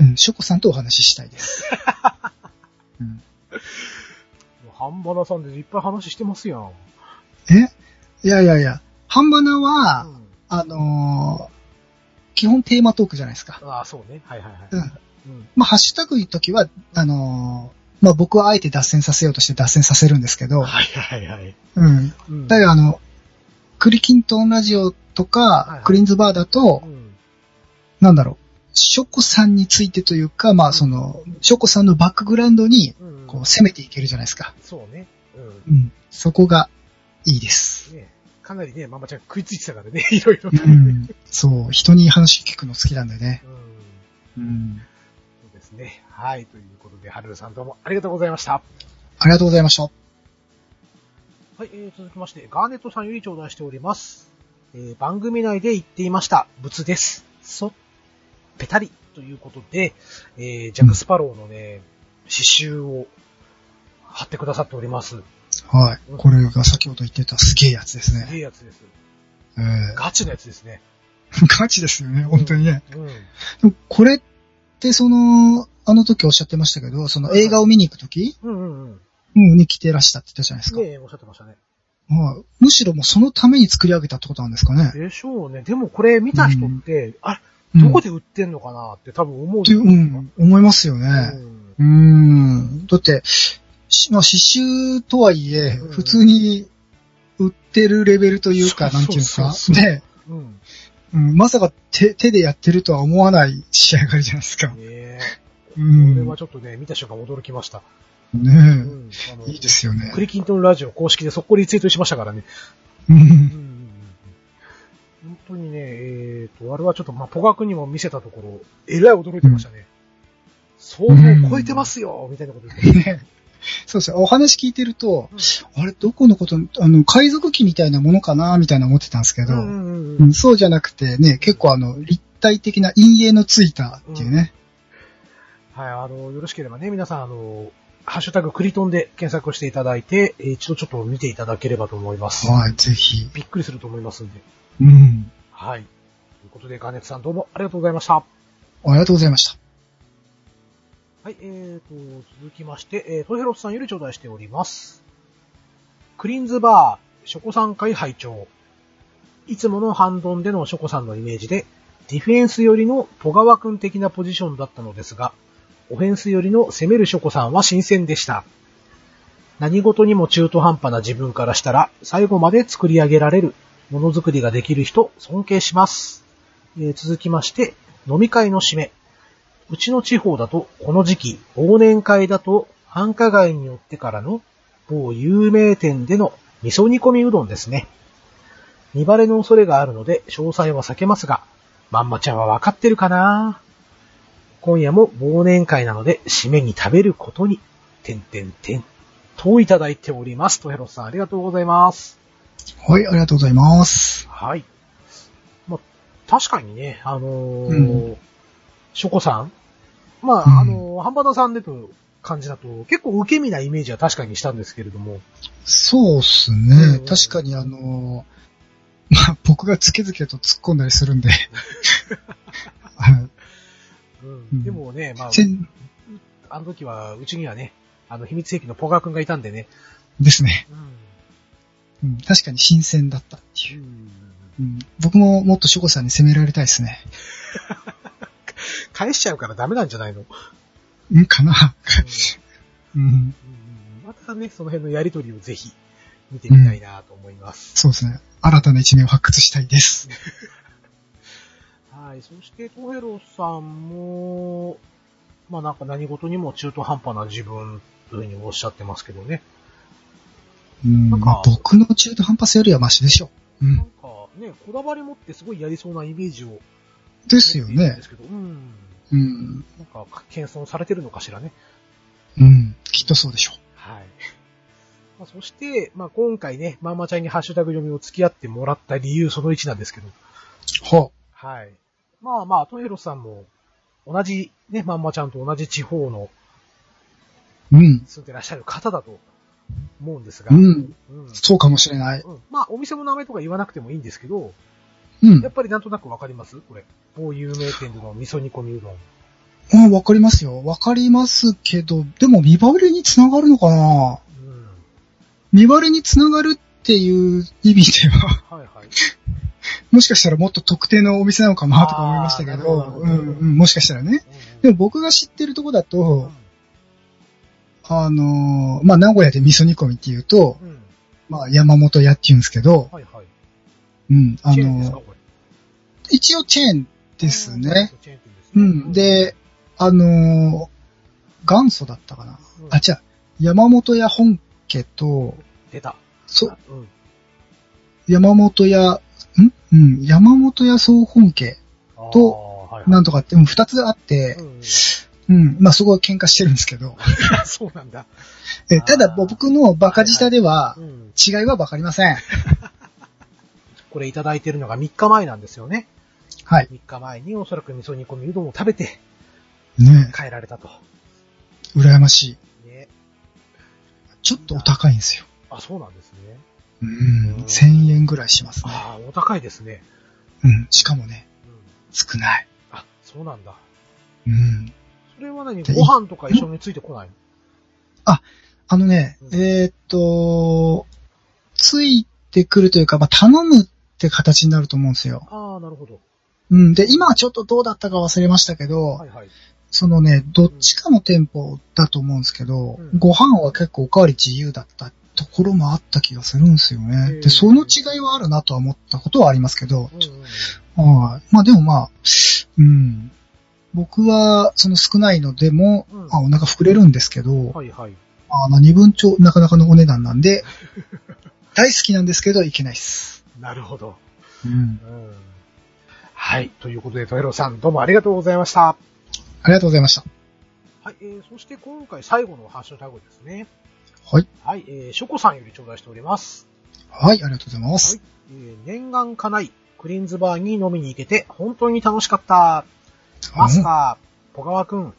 Speaker 2: うん、ショコさんとお話ししたいです。うん
Speaker 1: 半端なさんでいっぱい話してますやん。
Speaker 2: えいやいやいや、半ばなは、
Speaker 1: うん
Speaker 2: あのー基本テーマトークじゃないですか。
Speaker 1: ああ、そうね。はいはいはい。
Speaker 2: うん
Speaker 1: うん。
Speaker 2: まあ、ハッシュタグ言うときは、あのーまあ、僕はあえて脱線させようとして脱線させるんですけど、
Speaker 1: はいはいはい。
Speaker 2: うん。
Speaker 1: うん
Speaker 2: だからあの、クリキントンラジオとか、
Speaker 1: いはい
Speaker 2: クリーンズバーだと
Speaker 1: う、ん
Speaker 2: なんだろう、ショコさんについてというか、まあその、ショコさんのバックグラウンドに、
Speaker 1: うん
Speaker 2: こう攻めていけるじゃないですか。
Speaker 1: そうね。う
Speaker 2: うん。そこがいいです。
Speaker 1: ん。ねかなりね、ママちゃん食いついてたからね、いろいろ。う。
Speaker 2: うん
Speaker 1: そ
Speaker 2: ん。そう、人に話聞くの好きなんだよね。うん。
Speaker 1: うですね。はい。ということで、はるるさんどうもありがとうございました。
Speaker 2: ありがとうございました。
Speaker 1: はい、えー続きまして、ガーネットさんより頂戴しております。えー番組内で言っていました、ブツです。そ、ペタリということで、えージャック・スパローのね、刺繍を貼ってくださっております。
Speaker 2: はい。これが先ほど言ってたすげえやつです
Speaker 1: い
Speaker 2: ね。
Speaker 1: いやつです。
Speaker 2: え
Speaker 1: ガチのやつですね。
Speaker 2: ー、ガチですよね、本当にね。
Speaker 1: うん。
Speaker 2: でもこれってその、あの時おっしゃってましたけど、その映画を見に行く時、
Speaker 1: うんうんうん。
Speaker 2: うん、に来てらしたって言ったじゃないですか。
Speaker 1: ねえおっしゃってましたね。
Speaker 2: はい。むしろもうそのために作り上げたってことなんですかね。
Speaker 1: でしょうね。でもこれ見た人って、あ、
Speaker 2: うん
Speaker 1: どこで売ってんのかなって多分思う。
Speaker 2: っていう、うん、思いますよ
Speaker 1: う
Speaker 2: ね。
Speaker 1: ん。
Speaker 2: うーん。だって、しまあ、刺繍とはいえ、
Speaker 1: うん
Speaker 2: 普通に売ってるレベルというか、
Speaker 1: そ
Speaker 2: な
Speaker 1: うん
Speaker 2: ていうんですか
Speaker 1: そうそう。そう
Speaker 2: ね、
Speaker 1: うん。ね
Speaker 2: うん、まさか手手でやってるとは思わない仕上がりじゃないですか。
Speaker 1: え。こ
Speaker 2: う
Speaker 1: れ
Speaker 2: ん
Speaker 1: は。ちょっとね、見た瞬間驚きました。う
Speaker 2: ね
Speaker 1: ん。あの
Speaker 2: え。いいですよね
Speaker 1: ク。リキントンラジオ公式で速攻リツイートしましたからね。
Speaker 2: う。
Speaker 1: うんんうんうん本当にね、えーと、あれはちょっと、まあ、ポガクにも見せたところ、えらい驚いてましたね。想像を超えてますよ、みたいなこと言って。
Speaker 2: ねそうそう。お話聞いてると、
Speaker 1: うん
Speaker 2: あれ、どこのこと、あの、海賊機みたいなものかなみたいな思ってたんですけど、
Speaker 1: うんうんう
Speaker 2: うんんそうじゃなくてね、結構あの、立体的な陰影のついたっていうね。
Speaker 1: はい、あの、よろしければね、皆さん、あの、ハッシュタグクリトンで検索していただいて、えー一度ちょっと見ていただければと思います。
Speaker 2: はい、ぜひ。
Speaker 1: びっくりすると思いますんで。
Speaker 2: うん。
Speaker 1: はい。ということで、ガーネットさんどうもありがとうございました。
Speaker 2: ありがとうございました。
Speaker 1: はい、えーと、続きまして、えー、トヘロスさんより頂戴しております。クリーンズバー、ショコさん会拝聴いつものハンドンでのショコさんのイメージで、ディフェンス寄りの戸川くん的なポジションだったのですが、オフェンス寄りの攻めるショコさんは新鮮でした。何事にも中途半端な自分からしたら、最後まで作り上げられる、ものづくりができる人、尊敬します。えー続きまして、飲み会の締め。うちの地方だと、この時期、忘年会だと、繁華街によってからの、某有名店での味噌煮込みうどんですね。見バレの恐れがあるので、詳細は避けますが、まんまちゃんはわかってるかな今夜も忘年会なので、締めに食べることに、てんてんてん、といただいております。とヘロスさん、ありがとうございます。
Speaker 2: はい、ありがとうございます。
Speaker 1: はい。まあ、確かにね、あのー
Speaker 2: う
Speaker 1: ショコさんまあ、
Speaker 2: うん
Speaker 1: あのーハンバダさんでと感じだと、結構受け身なイメージは確かにしたんですけれども、
Speaker 2: そうっす
Speaker 1: う
Speaker 2: ね
Speaker 1: ん。
Speaker 2: 確かにあのー まあ、僕がつけづけと突っ込んだりするんで。はい
Speaker 1: うん
Speaker 2: うん
Speaker 1: でもね、まあ、
Speaker 2: せん
Speaker 1: あの時は、うちにはね、あの、秘密兵器のポガ君がいたんでね、
Speaker 2: ですね、
Speaker 1: う
Speaker 2: うん。確かに新鮮だったっていう。
Speaker 1: ん
Speaker 2: うん、僕ももっとショコさんに責められたいですね。
Speaker 1: 返しちゃうからダメなんじゃないの、
Speaker 2: うん、かな。 うん、
Speaker 1: うんまたね、その辺のやりとりをぜひ見てみたいなと思います。
Speaker 2: そうですね。新たな一面を発掘したいです。
Speaker 1: はい。そして、トヘロさんも、まあなんか何事にも中途半端な自分というふうにおっしゃってますけどね。
Speaker 2: うん、
Speaker 1: なんか
Speaker 2: まあ僕の中途半端さよりはマシでしょう。う
Speaker 1: なん
Speaker 2: ん、
Speaker 1: かね、こだわり持ってすごいやりそうなイメージを。で
Speaker 2: ですよね
Speaker 1: で。すけど、うん。
Speaker 2: うん。
Speaker 1: なんか、謙遜されてるのかしらね。
Speaker 2: うん。きっとそうでしょ
Speaker 1: はい。まあ、そして、まあ今回ね、まんまちゃんにハッシュタグ読みを付き合ってもらった理由その1なんですけど。
Speaker 2: う。は
Speaker 1: はい。まあまあ、トヘロさんも、同じ、ね、まんまちゃんと同じ地方の
Speaker 2: うん。
Speaker 1: 住んでらっしゃる方だと思うんですが、
Speaker 2: うん。
Speaker 1: うん
Speaker 2: そうかもしれない。
Speaker 1: うんまあ、お店の名前とか言わなくてもいいんですけど、
Speaker 2: うん
Speaker 1: やっ。ぱりなんとなくわかりますこれ。某有名店での味噌煮込みうどん。
Speaker 2: うん、わかりますよ。わかりますけど、でも見バレにつながるのかな
Speaker 1: うん。
Speaker 2: 見バレにつながるっていう意味では、
Speaker 1: はいはい。
Speaker 2: もしかしたらもっと特定のお店なのかなとか思いましたけ
Speaker 1: あーなる
Speaker 2: ど、
Speaker 1: ほど
Speaker 2: うん、うん、もしかしたらね。でも僕が知ってるとこだ
Speaker 1: うん
Speaker 2: と、あのーまあ、名古屋で味噌煮込みっていうと、
Speaker 1: うん。うん。
Speaker 2: まあ、山本屋って言うんですけど、
Speaker 1: はいはい。
Speaker 2: うん、あ
Speaker 1: チェーンですか
Speaker 2: の
Speaker 1: これ。
Speaker 2: 一応チェーンですね。
Speaker 1: チェーン店です
Speaker 2: う
Speaker 1: ね。
Speaker 2: ん。、で、あのー元祖だったかな。
Speaker 1: うん
Speaker 2: あ、違う。山本屋本家と、
Speaker 1: 出た。
Speaker 2: そ、
Speaker 1: うん。
Speaker 2: 山本屋、んうん。山本屋総本家
Speaker 1: と、はいはい
Speaker 2: なんとかって、うん二つあって
Speaker 1: う、ん
Speaker 2: うん。まあ、そこは喧嘩してるんですけど。
Speaker 1: そうなんだ。
Speaker 2: えただ
Speaker 1: あー
Speaker 2: 僕のバカ舌では
Speaker 1: う、ん。
Speaker 2: 違いはわかりません。
Speaker 1: これいただいてるのが3日前なんですよね。
Speaker 2: はい。
Speaker 1: 3日前におそらく味噌煮込みうどんを食べて
Speaker 2: ね
Speaker 1: 帰られたと。
Speaker 2: え、羨ましい。
Speaker 1: ね。
Speaker 2: ちょっとお高いんですよ。
Speaker 1: あ、そうなんですね。
Speaker 2: うん。1000円ぐらいしますね。
Speaker 1: ああ、お高いですね。
Speaker 2: うん。しかもね、
Speaker 1: うん。
Speaker 2: 少ない。
Speaker 1: あ、そうなんだ。
Speaker 2: うん。
Speaker 1: それは何
Speaker 2: で
Speaker 1: ご飯とか一緒についてこないの
Speaker 2: あのね、
Speaker 1: うん
Speaker 2: えーっと、ついてくるというか、まあ、頼むって形になると思うんですよ。
Speaker 1: ああ、なるほど。
Speaker 2: うん。で、今はちょっとどうだったか忘れましたけど、
Speaker 1: はいはい。
Speaker 2: そのね、どっちかの店舗だと思うんですけど、
Speaker 1: うん
Speaker 2: ご飯は結構おかわり自由だったところもあった気がするんですよ
Speaker 1: へ
Speaker 2: ね。
Speaker 1: ー
Speaker 2: で、その違いはあるなとは思ったことはありますけど
Speaker 1: う、んうんうん
Speaker 2: はい。まあでもまあ、うん。僕は、その少ないのでも、
Speaker 1: うん
Speaker 2: あ、お腹膨れるんですけど、
Speaker 1: はいはい。
Speaker 2: あ何分ちょ、なかなかのお値段な んで、大好きなんですけど、いけないっす。
Speaker 1: なるほど。
Speaker 2: うん。
Speaker 1: うん。はい。ということで、トヘロさん、どうもありがとうございました。
Speaker 2: ありがとうございました。
Speaker 1: はい。えー、そして今回最後のハッシュタグですね。
Speaker 2: はい。
Speaker 1: はい。えー、ショコさんより頂戴しております。
Speaker 2: はい、ありがとうございます。
Speaker 1: えー念願かない、クリーンズバーに飲みに行けて本当に楽しかった。マスター、小川くん、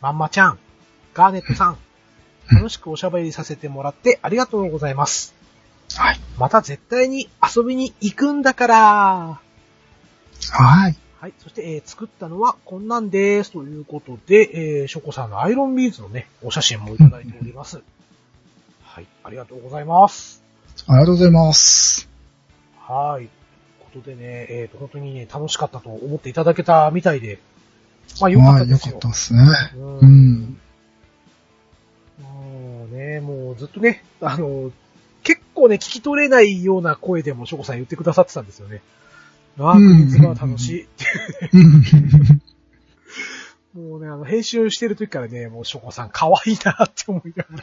Speaker 1: まんまちゃん、ガーネットさん、
Speaker 2: うん
Speaker 1: 楽しくおしゃべりさせてもらってありがとうございます。
Speaker 2: はい。
Speaker 1: また絶対に遊びに行くんだから。
Speaker 2: はい。
Speaker 1: はい。そして、えー作ったのはこんなんです。ということで、えー、ショコさんのアイロンビーズのね、お写真もいただいております。 はい。ありがとうございます。
Speaker 2: ありがとうございます。
Speaker 1: はい。ということでね、えっ、と、本当にね、楽しかったと思っていただけたみたいで、まあ、よかっ
Speaker 2: は
Speaker 1: た
Speaker 2: い、
Speaker 1: で
Speaker 2: よ
Speaker 1: す
Speaker 2: か
Speaker 1: よ
Speaker 2: っ。たですね。
Speaker 1: う
Speaker 2: うんん。
Speaker 1: もうね、もうずっとね、あの、結構ね、聞き取れないような声でも、しょこさん言ってくださってたんですよね。ああ、
Speaker 2: う
Speaker 1: ク
Speaker 2: ん
Speaker 1: リーンズバー楽しいって。
Speaker 2: うん
Speaker 1: もうね、あの、編集してる時からね、もうしょこさん可愛いなって思いながら。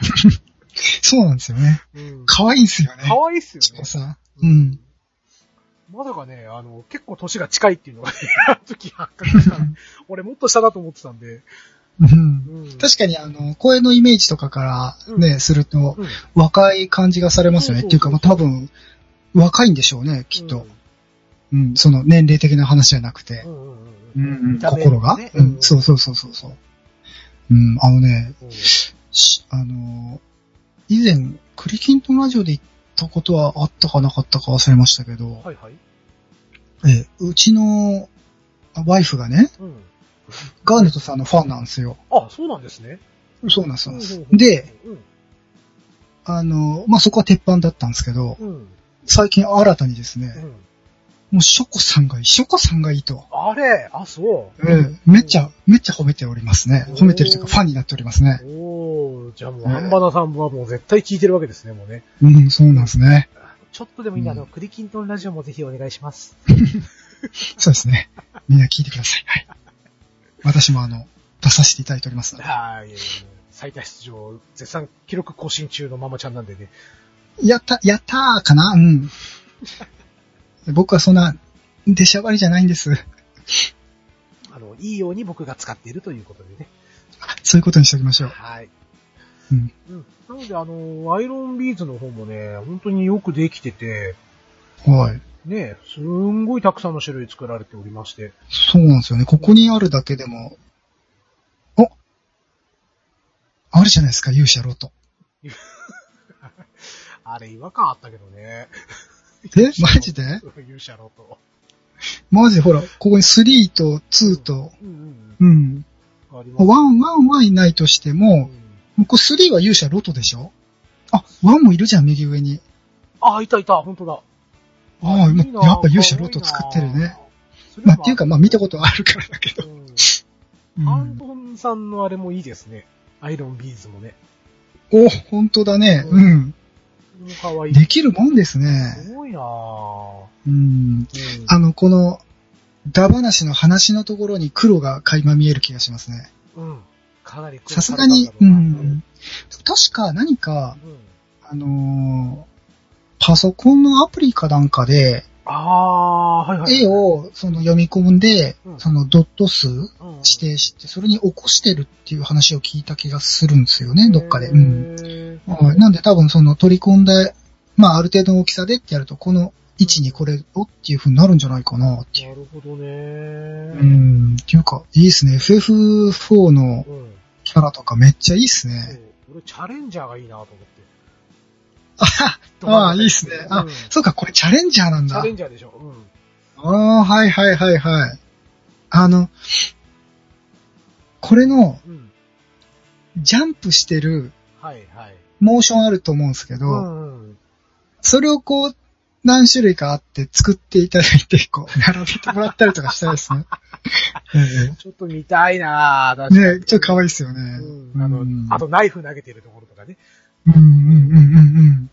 Speaker 2: そうなんですよね。
Speaker 1: うん
Speaker 2: 可愛いんですよね。
Speaker 1: 可愛いっすよ
Speaker 2: チコ
Speaker 1: ね。
Speaker 2: さん。うん。
Speaker 1: まさかね、あの、結構年が近いっていうのがね、 あの時発覚した。俺もっと下だと思ってたんで。
Speaker 2: うん
Speaker 1: うん、
Speaker 2: 確かに、あの、声のイメージとかからね、
Speaker 1: う
Speaker 2: すると、
Speaker 1: うん
Speaker 2: 若い感じがされますよね。
Speaker 1: そう
Speaker 2: っ
Speaker 1: そ
Speaker 2: て
Speaker 1: う
Speaker 2: いう
Speaker 1: そ
Speaker 2: か、
Speaker 1: う
Speaker 2: まあ多分、若いんでしょうね、きっ
Speaker 1: う
Speaker 2: と
Speaker 1: ん。
Speaker 2: うん、その年齢的な話じゃなくて
Speaker 1: う、んうんう
Speaker 2: うんん、
Speaker 1: 見た目
Speaker 2: 心が、
Speaker 1: ね
Speaker 2: うん、そうそうそうそうそう。うん、あのね、
Speaker 1: うん。
Speaker 2: しあの、以前、クリキントンラジオで行ったことはあったかなかったか忘れましたけど、
Speaker 1: はいはい。
Speaker 2: えうちのあワイフがね、
Speaker 1: うん。
Speaker 2: ガーネットさんのファンなんですよ。
Speaker 1: あ、そうなんですね。
Speaker 2: そうなんですそうなんです
Speaker 1: んん。ん
Speaker 2: で、、
Speaker 1: うん
Speaker 2: あの、まあ、そこは鉄板だったんですけど、
Speaker 1: うん。
Speaker 2: 最近新たにです
Speaker 1: う
Speaker 2: ね、
Speaker 1: ん。
Speaker 2: もうショコさんがいい、ショコさんがいいと。
Speaker 1: あれあ、そう。
Speaker 2: ええめっちゃ、めっちゃ褒めておりますね。褒めてるというか、ファンになっておりますね。
Speaker 1: おー、じゃあもう、アンバナさんはもう絶対聞いてるわけですね、もうね。
Speaker 2: うん、そうなんですね。
Speaker 1: ちょっとでもいいんで、あの、
Speaker 2: うん
Speaker 1: クリキントンラジオもぜひお願いします。
Speaker 2: そうですね。みんな聞いてください。はい。私もあの、出させていただいておりますので。
Speaker 1: はい。いやいや最多出場、絶賛記録更新中のママちゃんなんでね。
Speaker 2: やった、やったーかなうん。僕はそんな、出しゃばりじゃないんです。
Speaker 1: あの、いいように僕が使っているということでね。
Speaker 2: そういうことにしておきましょう。
Speaker 1: はい。
Speaker 2: うん。
Speaker 1: うん。なので、あの、アイロンビーズの方もね、本当によくできてて、
Speaker 2: はい。
Speaker 1: ね、すんごいたくさんの種類作られておりまして。
Speaker 2: そうなんですよね。ここにあるだけでも、おあるじゃないですか、勇者ロート。
Speaker 1: あれ違和感あったけどね。
Speaker 2: えマジで
Speaker 1: 勇者ロと。
Speaker 2: マジでほら、ここに3と2と、
Speaker 1: うんうん
Speaker 2: うん。
Speaker 1: うん。あります。
Speaker 2: 1、1はいないとして
Speaker 1: う
Speaker 2: も、
Speaker 1: ん
Speaker 2: もうこれ3は勇者ロトでしょあ、1もいるじゃん、右上に。
Speaker 1: あ、いたいた、本当だ。
Speaker 2: ああ、
Speaker 1: い
Speaker 2: もう
Speaker 1: い
Speaker 2: や
Speaker 1: な
Speaker 2: っぱ勇者ロト使ってるね。。まあ、っていうか、まあ見たことはあるからだけど。
Speaker 1: と。うん
Speaker 2: うん
Speaker 1: アントンさんのあれもいいですね。アイロンビーズもね。
Speaker 2: お、本当だね。うん。
Speaker 1: かわいい。
Speaker 2: できるもんですね。
Speaker 1: すごいなぁ。
Speaker 2: うん。
Speaker 1: うん
Speaker 2: あの、この、ダバナシの話のところに黒が垣間見える気がしますね。
Speaker 1: うん。かなり苦労
Speaker 2: さす
Speaker 1: れ
Speaker 2: が
Speaker 1: たんだ
Speaker 2: に
Speaker 1: ろ、
Speaker 2: う
Speaker 1: な。
Speaker 2: ん。確か何か、
Speaker 1: うん。
Speaker 2: あのーパソコンのアプリかなんかで、
Speaker 1: ああー、はいはい。
Speaker 2: 絵をその読み込んで
Speaker 1: う、ん
Speaker 2: そのドット数
Speaker 1: うんうん
Speaker 2: 指定して、それに起こしてるっていう話を聞いた気がするんですよね、どっかで。
Speaker 1: へ
Speaker 2: うん。
Speaker 1: ー
Speaker 2: はいなんで多分その取り込んで、まあある程度の大きさでってやると、この位置にこれをっていう風になるんじゃないかなっていう。
Speaker 1: なるほどね。
Speaker 2: う。ん、っていうか、いいですね。FF4 の
Speaker 1: うん。
Speaker 2: キャラとかめっちゃいいっす
Speaker 1: そう
Speaker 2: ね。
Speaker 1: 俺、チャレンジャーがいいなと思って。
Speaker 2: あは ああ、いいっすね。あ
Speaker 1: うん、
Speaker 2: そうか、これチャレンジャーなん
Speaker 1: チャ
Speaker 2: だ
Speaker 1: レ。ンジャーでしょ。うん。
Speaker 2: ああ、はいはいはいはい。あの、これの
Speaker 1: うん。
Speaker 2: ジャンプしてる
Speaker 1: はいはい。
Speaker 2: モーションあると思うんですけど、
Speaker 1: うんうん。
Speaker 2: それをこう、何種類かあって作っていただいて、こ う、並べてもらったりとかしたいですね。え
Speaker 1: ちょっと見たいなぁ、
Speaker 2: え
Speaker 1: 確かに
Speaker 2: ねちょっと可愛いですよね。
Speaker 1: う。
Speaker 2: うんん
Speaker 1: あ
Speaker 2: う
Speaker 1: の
Speaker 2: ん、
Speaker 1: あとナイフ投げてるところとかね。
Speaker 2: うんうんうんうんうん。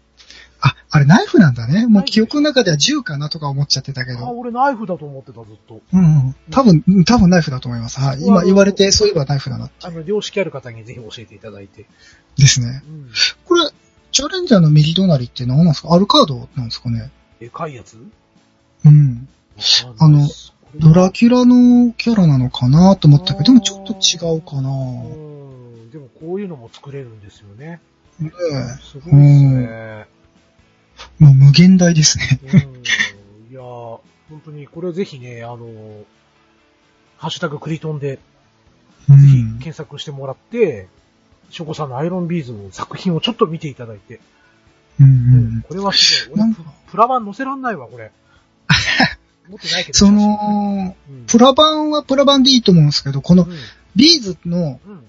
Speaker 2: あ、あれナイフなんだね。もう記憶の中では銃かなとか思っちゃってたけ
Speaker 1: あ、
Speaker 2: ど。
Speaker 1: 俺ナイフだと思ってた、ずっと。
Speaker 2: うんうん。多分、うん多分ナイフだと思います。はい。
Speaker 1: うわ
Speaker 2: 今言われて、そういえばナイフだな。
Speaker 1: あの、良識ある方にぜひ教えていただいて。
Speaker 2: ですね。
Speaker 1: うん。
Speaker 2: これ、チャレンジャーの右隣って何なんですかアルカードなんですかね
Speaker 1: でかいやつ
Speaker 2: うん。あの、ド
Speaker 1: ラ
Speaker 2: ラキュラのキャラなのかなと思ったけど、でもちょっと違うかな
Speaker 1: うん。でもこういうのも作れるんですよね。
Speaker 2: ね
Speaker 1: すごいですね。
Speaker 2: えもう無限大ですね。
Speaker 1: うんいやー本当にこれはぜひね、あのーハッシュタグクリトンで
Speaker 2: う
Speaker 1: ぜひ
Speaker 2: ん。
Speaker 1: 検索してもらって、ショコさんのアイロンビーズの作品をちょっと見ていただいて、
Speaker 2: うんうん、
Speaker 1: これはすごい。
Speaker 2: な
Speaker 1: 俺
Speaker 2: ん
Speaker 1: ププラ版載せらんないわ、こ れ。持ってないけど。
Speaker 2: そ、の、
Speaker 1: うん、
Speaker 2: プラ版はプラ版でいいと思うんですけど、このビーズの
Speaker 1: うん、うん。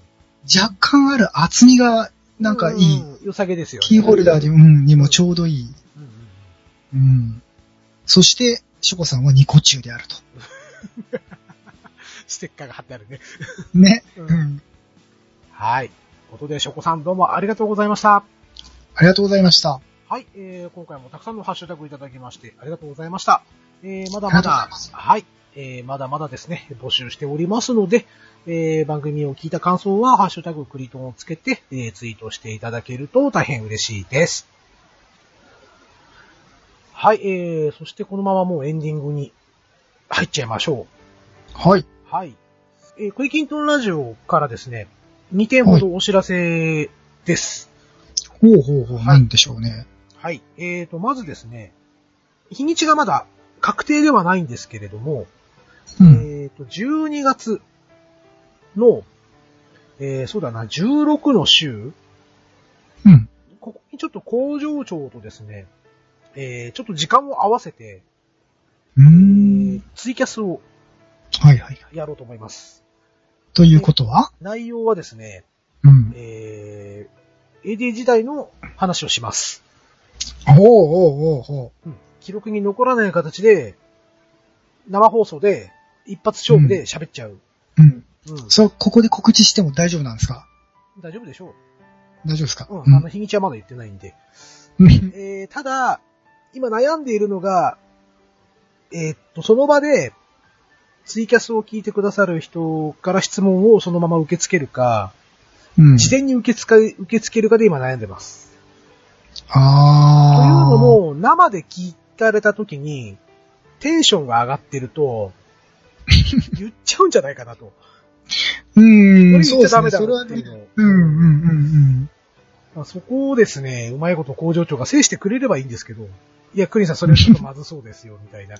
Speaker 2: 若干ある厚みが、なんかいい。
Speaker 1: うん。良さげですよね。
Speaker 2: キーホルダーに,、
Speaker 1: うん
Speaker 2: うん、にもちょうどいい。
Speaker 1: うんうん
Speaker 2: うん。そして、ショコさんはニコ中であると。
Speaker 1: ステッカーが貼ってあるね。
Speaker 2: ね。
Speaker 1: うん
Speaker 2: うん。
Speaker 1: はい。ということで、ショコさんどうもありがとうございました。
Speaker 2: ありがとうございました。
Speaker 1: はい、えー、今回もたくさんのハッシュタグいただきまして、ありがとうございました。えー、まだ
Speaker 2: あ
Speaker 1: ま
Speaker 2: りがとうござ
Speaker 1: だ
Speaker 2: います、
Speaker 1: はい、えー、まだまだですね、募集しておりますので、えー、番組を聞いた感想は、ハッシュタグクリトンをつけて、えー、ツイートしていただけると大変嬉しいです。はい、えー、そしてこのままもうエンディングに入っちゃいましょう。
Speaker 2: はい。
Speaker 1: はい。えー、クイキントンラジオからですね、2点ほどお知らせです。
Speaker 2: ほうほうほう、なんでしょうね。
Speaker 1: はい。えーと、まずですね、日にちがまだ確定ではないんですけれども、
Speaker 2: うん。
Speaker 1: えーと、12月の、えー、そうだな、16の週、
Speaker 2: うん。
Speaker 1: ここにちょっと工場長とですね、えー、ちょっと時間を合わせて、
Speaker 2: うー
Speaker 1: え
Speaker 2: ん
Speaker 1: ー。、ツイキャスを
Speaker 2: はいはい。
Speaker 1: やろうと思います。
Speaker 2: ということは
Speaker 1: 内容はですね、
Speaker 2: うん。
Speaker 1: えー、AD 時代の話をします。
Speaker 2: おうおうおうお
Speaker 1: う
Speaker 2: う。
Speaker 1: ん記録に残らない形で、生放送で、一発勝負で喋っちゃう。
Speaker 2: うん。
Speaker 1: うん。
Speaker 2: そう、ここで告知しても大丈夫なんですか
Speaker 1: 大丈夫でしょ
Speaker 2: 大丈夫ですか
Speaker 1: ううん。あの、日にちはまだ言ってないんで。
Speaker 2: うん
Speaker 1: えー、ただ、今悩んでいるのが、えーっと、その場で、ツイキャスを聞いてくださる人から質問をそのまま受け付けるか、
Speaker 2: うん。
Speaker 1: 事前に受け付け、受け付けるかで今悩んでます。という
Speaker 2: ああ。
Speaker 1: のも、生で聞かれた時に、テンションが上がってる と、言っちゃうんじゃないかなと。
Speaker 2: う
Speaker 1: こ
Speaker 2: ん、
Speaker 1: れ
Speaker 2: そ
Speaker 1: 言
Speaker 2: う
Speaker 1: っちゃ
Speaker 2: です
Speaker 1: ダ
Speaker 2: ね。
Speaker 1: メだ
Speaker 2: それ
Speaker 1: ろ
Speaker 2: は
Speaker 1: っていう
Speaker 2: ね
Speaker 1: のを。
Speaker 2: うんうんうん
Speaker 1: まあ、そこをですね、うまいこと工場長が制してくれればいいんですけど、いや、クリンさんそれはちょっとまずそうですよ、み たいな。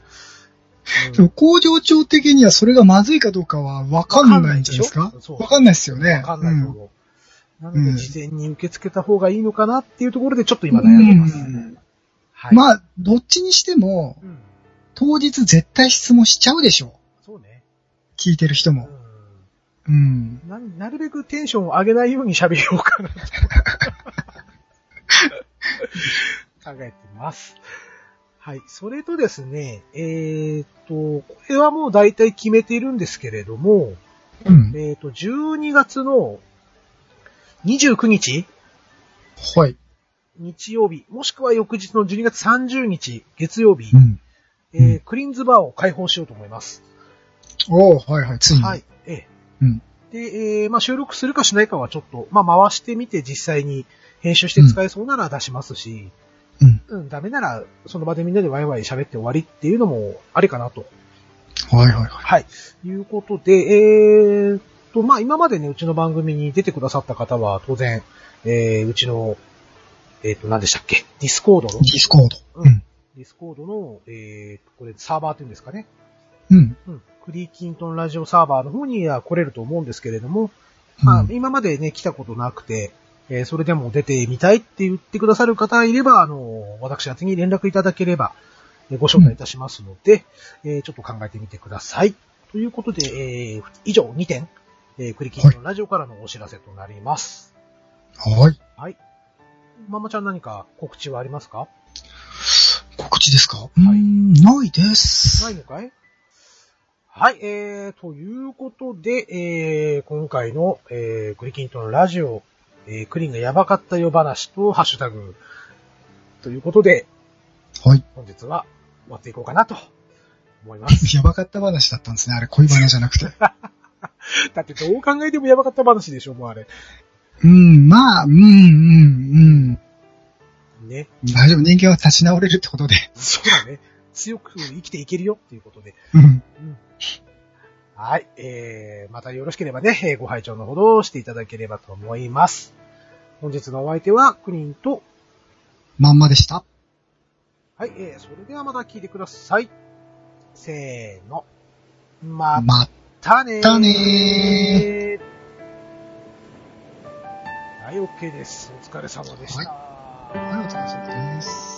Speaker 2: うん。でも工場長的にはそれがまずいかどうかはわかんないんじゃないですか
Speaker 1: わかんないでしょそう
Speaker 2: わかんないですよね。
Speaker 1: わかんないところ。なの
Speaker 2: うん
Speaker 1: で、事前に受け付けた方がいいのかなっていうところでちょっと今
Speaker 2: う
Speaker 1: 悩んで
Speaker 2: ん。
Speaker 1: ます。
Speaker 2: うん
Speaker 1: はい。
Speaker 2: まあ、どっちにしても、
Speaker 1: うん、
Speaker 2: 当日絶対質問しちゃうでしょ
Speaker 1: そうね。
Speaker 2: う。聞いてる人
Speaker 1: う
Speaker 2: も。
Speaker 1: ん
Speaker 2: うん。
Speaker 1: な、なるべくテンションを上げないように喋ろうかな と。考えてます。はい。それとですね、えーっと、これはもう大体決めているんですけれども、
Speaker 2: うん。
Speaker 1: えっ、と、12月の29日
Speaker 2: はい。
Speaker 1: 日曜日、もしくは翌日の12月30日月曜日、
Speaker 2: うん。
Speaker 1: えークリーンズバーを開放しようと思います。
Speaker 2: おーはいはい、ついに。
Speaker 1: はい。ええ。
Speaker 2: うん
Speaker 1: で、えーまあ、収録するかしないかはちょっと、まあ、回してみて実際に編集して使えそうなら出しますし、
Speaker 2: うん。
Speaker 1: うん、ダメならその場でみんなでワイワイ喋って終わりっていうのもありかなと。
Speaker 2: はいはいはい。
Speaker 1: はい。いうことで、えーっと、まあ、今までね、うちの番組に出てくださった方は当然、えー、うちの、えーっと、何でしたっけディスコードの、
Speaker 2: ディスコード。
Speaker 1: う
Speaker 2: うんん。
Speaker 1: ディスコードの、えーっと、これサーバーっていうんですかね。
Speaker 2: うん。
Speaker 1: うん。クリーキントンラジオサーバーの方には来れると思うんですけれども、ま
Speaker 2: う
Speaker 1: あ、
Speaker 2: ん
Speaker 1: 今までね、来たことなくて、えーそれでも出てみたいって言ってくださる方いれば、あの、私宛てに連絡いただければ、えーご招待いたしますので、えーちょっと考えてみてください。ということで、えー以上2点、えー、クリキンのラジオからのお知らせとなります。
Speaker 2: はい。
Speaker 1: はい。ママちゃん何か告知はありますか
Speaker 2: 告知ですかうーん、ないです。
Speaker 1: ないのかいはい、えー、ということで、えー、今回の、えー、クリキントンラジオ、えー、クリンがやばかったよ話と、ハッシュタグ、ということで、
Speaker 2: はい。
Speaker 1: 本日は終わっていこうかなと思います。
Speaker 2: やばかった話だったんですね。あれ、恋バナじゃな くて。
Speaker 1: だってどう考えてもやばかった話でしょ、もうあれ。
Speaker 2: うん、まあ、うん、うん、
Speaker 1: ね。
Speaker 2: うん。大丈夫、人間は立ち直れるってことで。
Speaker 1: そうだね。強く生きていけるよ、ということで。
Speaker 2: うん。
Speaker 1: はい、えー、またよろしければね、えーご拝聴のほどしていただければと思います。本日のお相手は、クリンと、
Speaker 2: まんまでした。
Speaker 1: はい、えー、それではまた聞いてください。せーの。ま
Speaker 2: ま
Speaker 1: たねー。
Speaker 2: たね
Speaker 1: はい、OK です。お疲れ様でした。
Speaker 2: はいありがとうございます。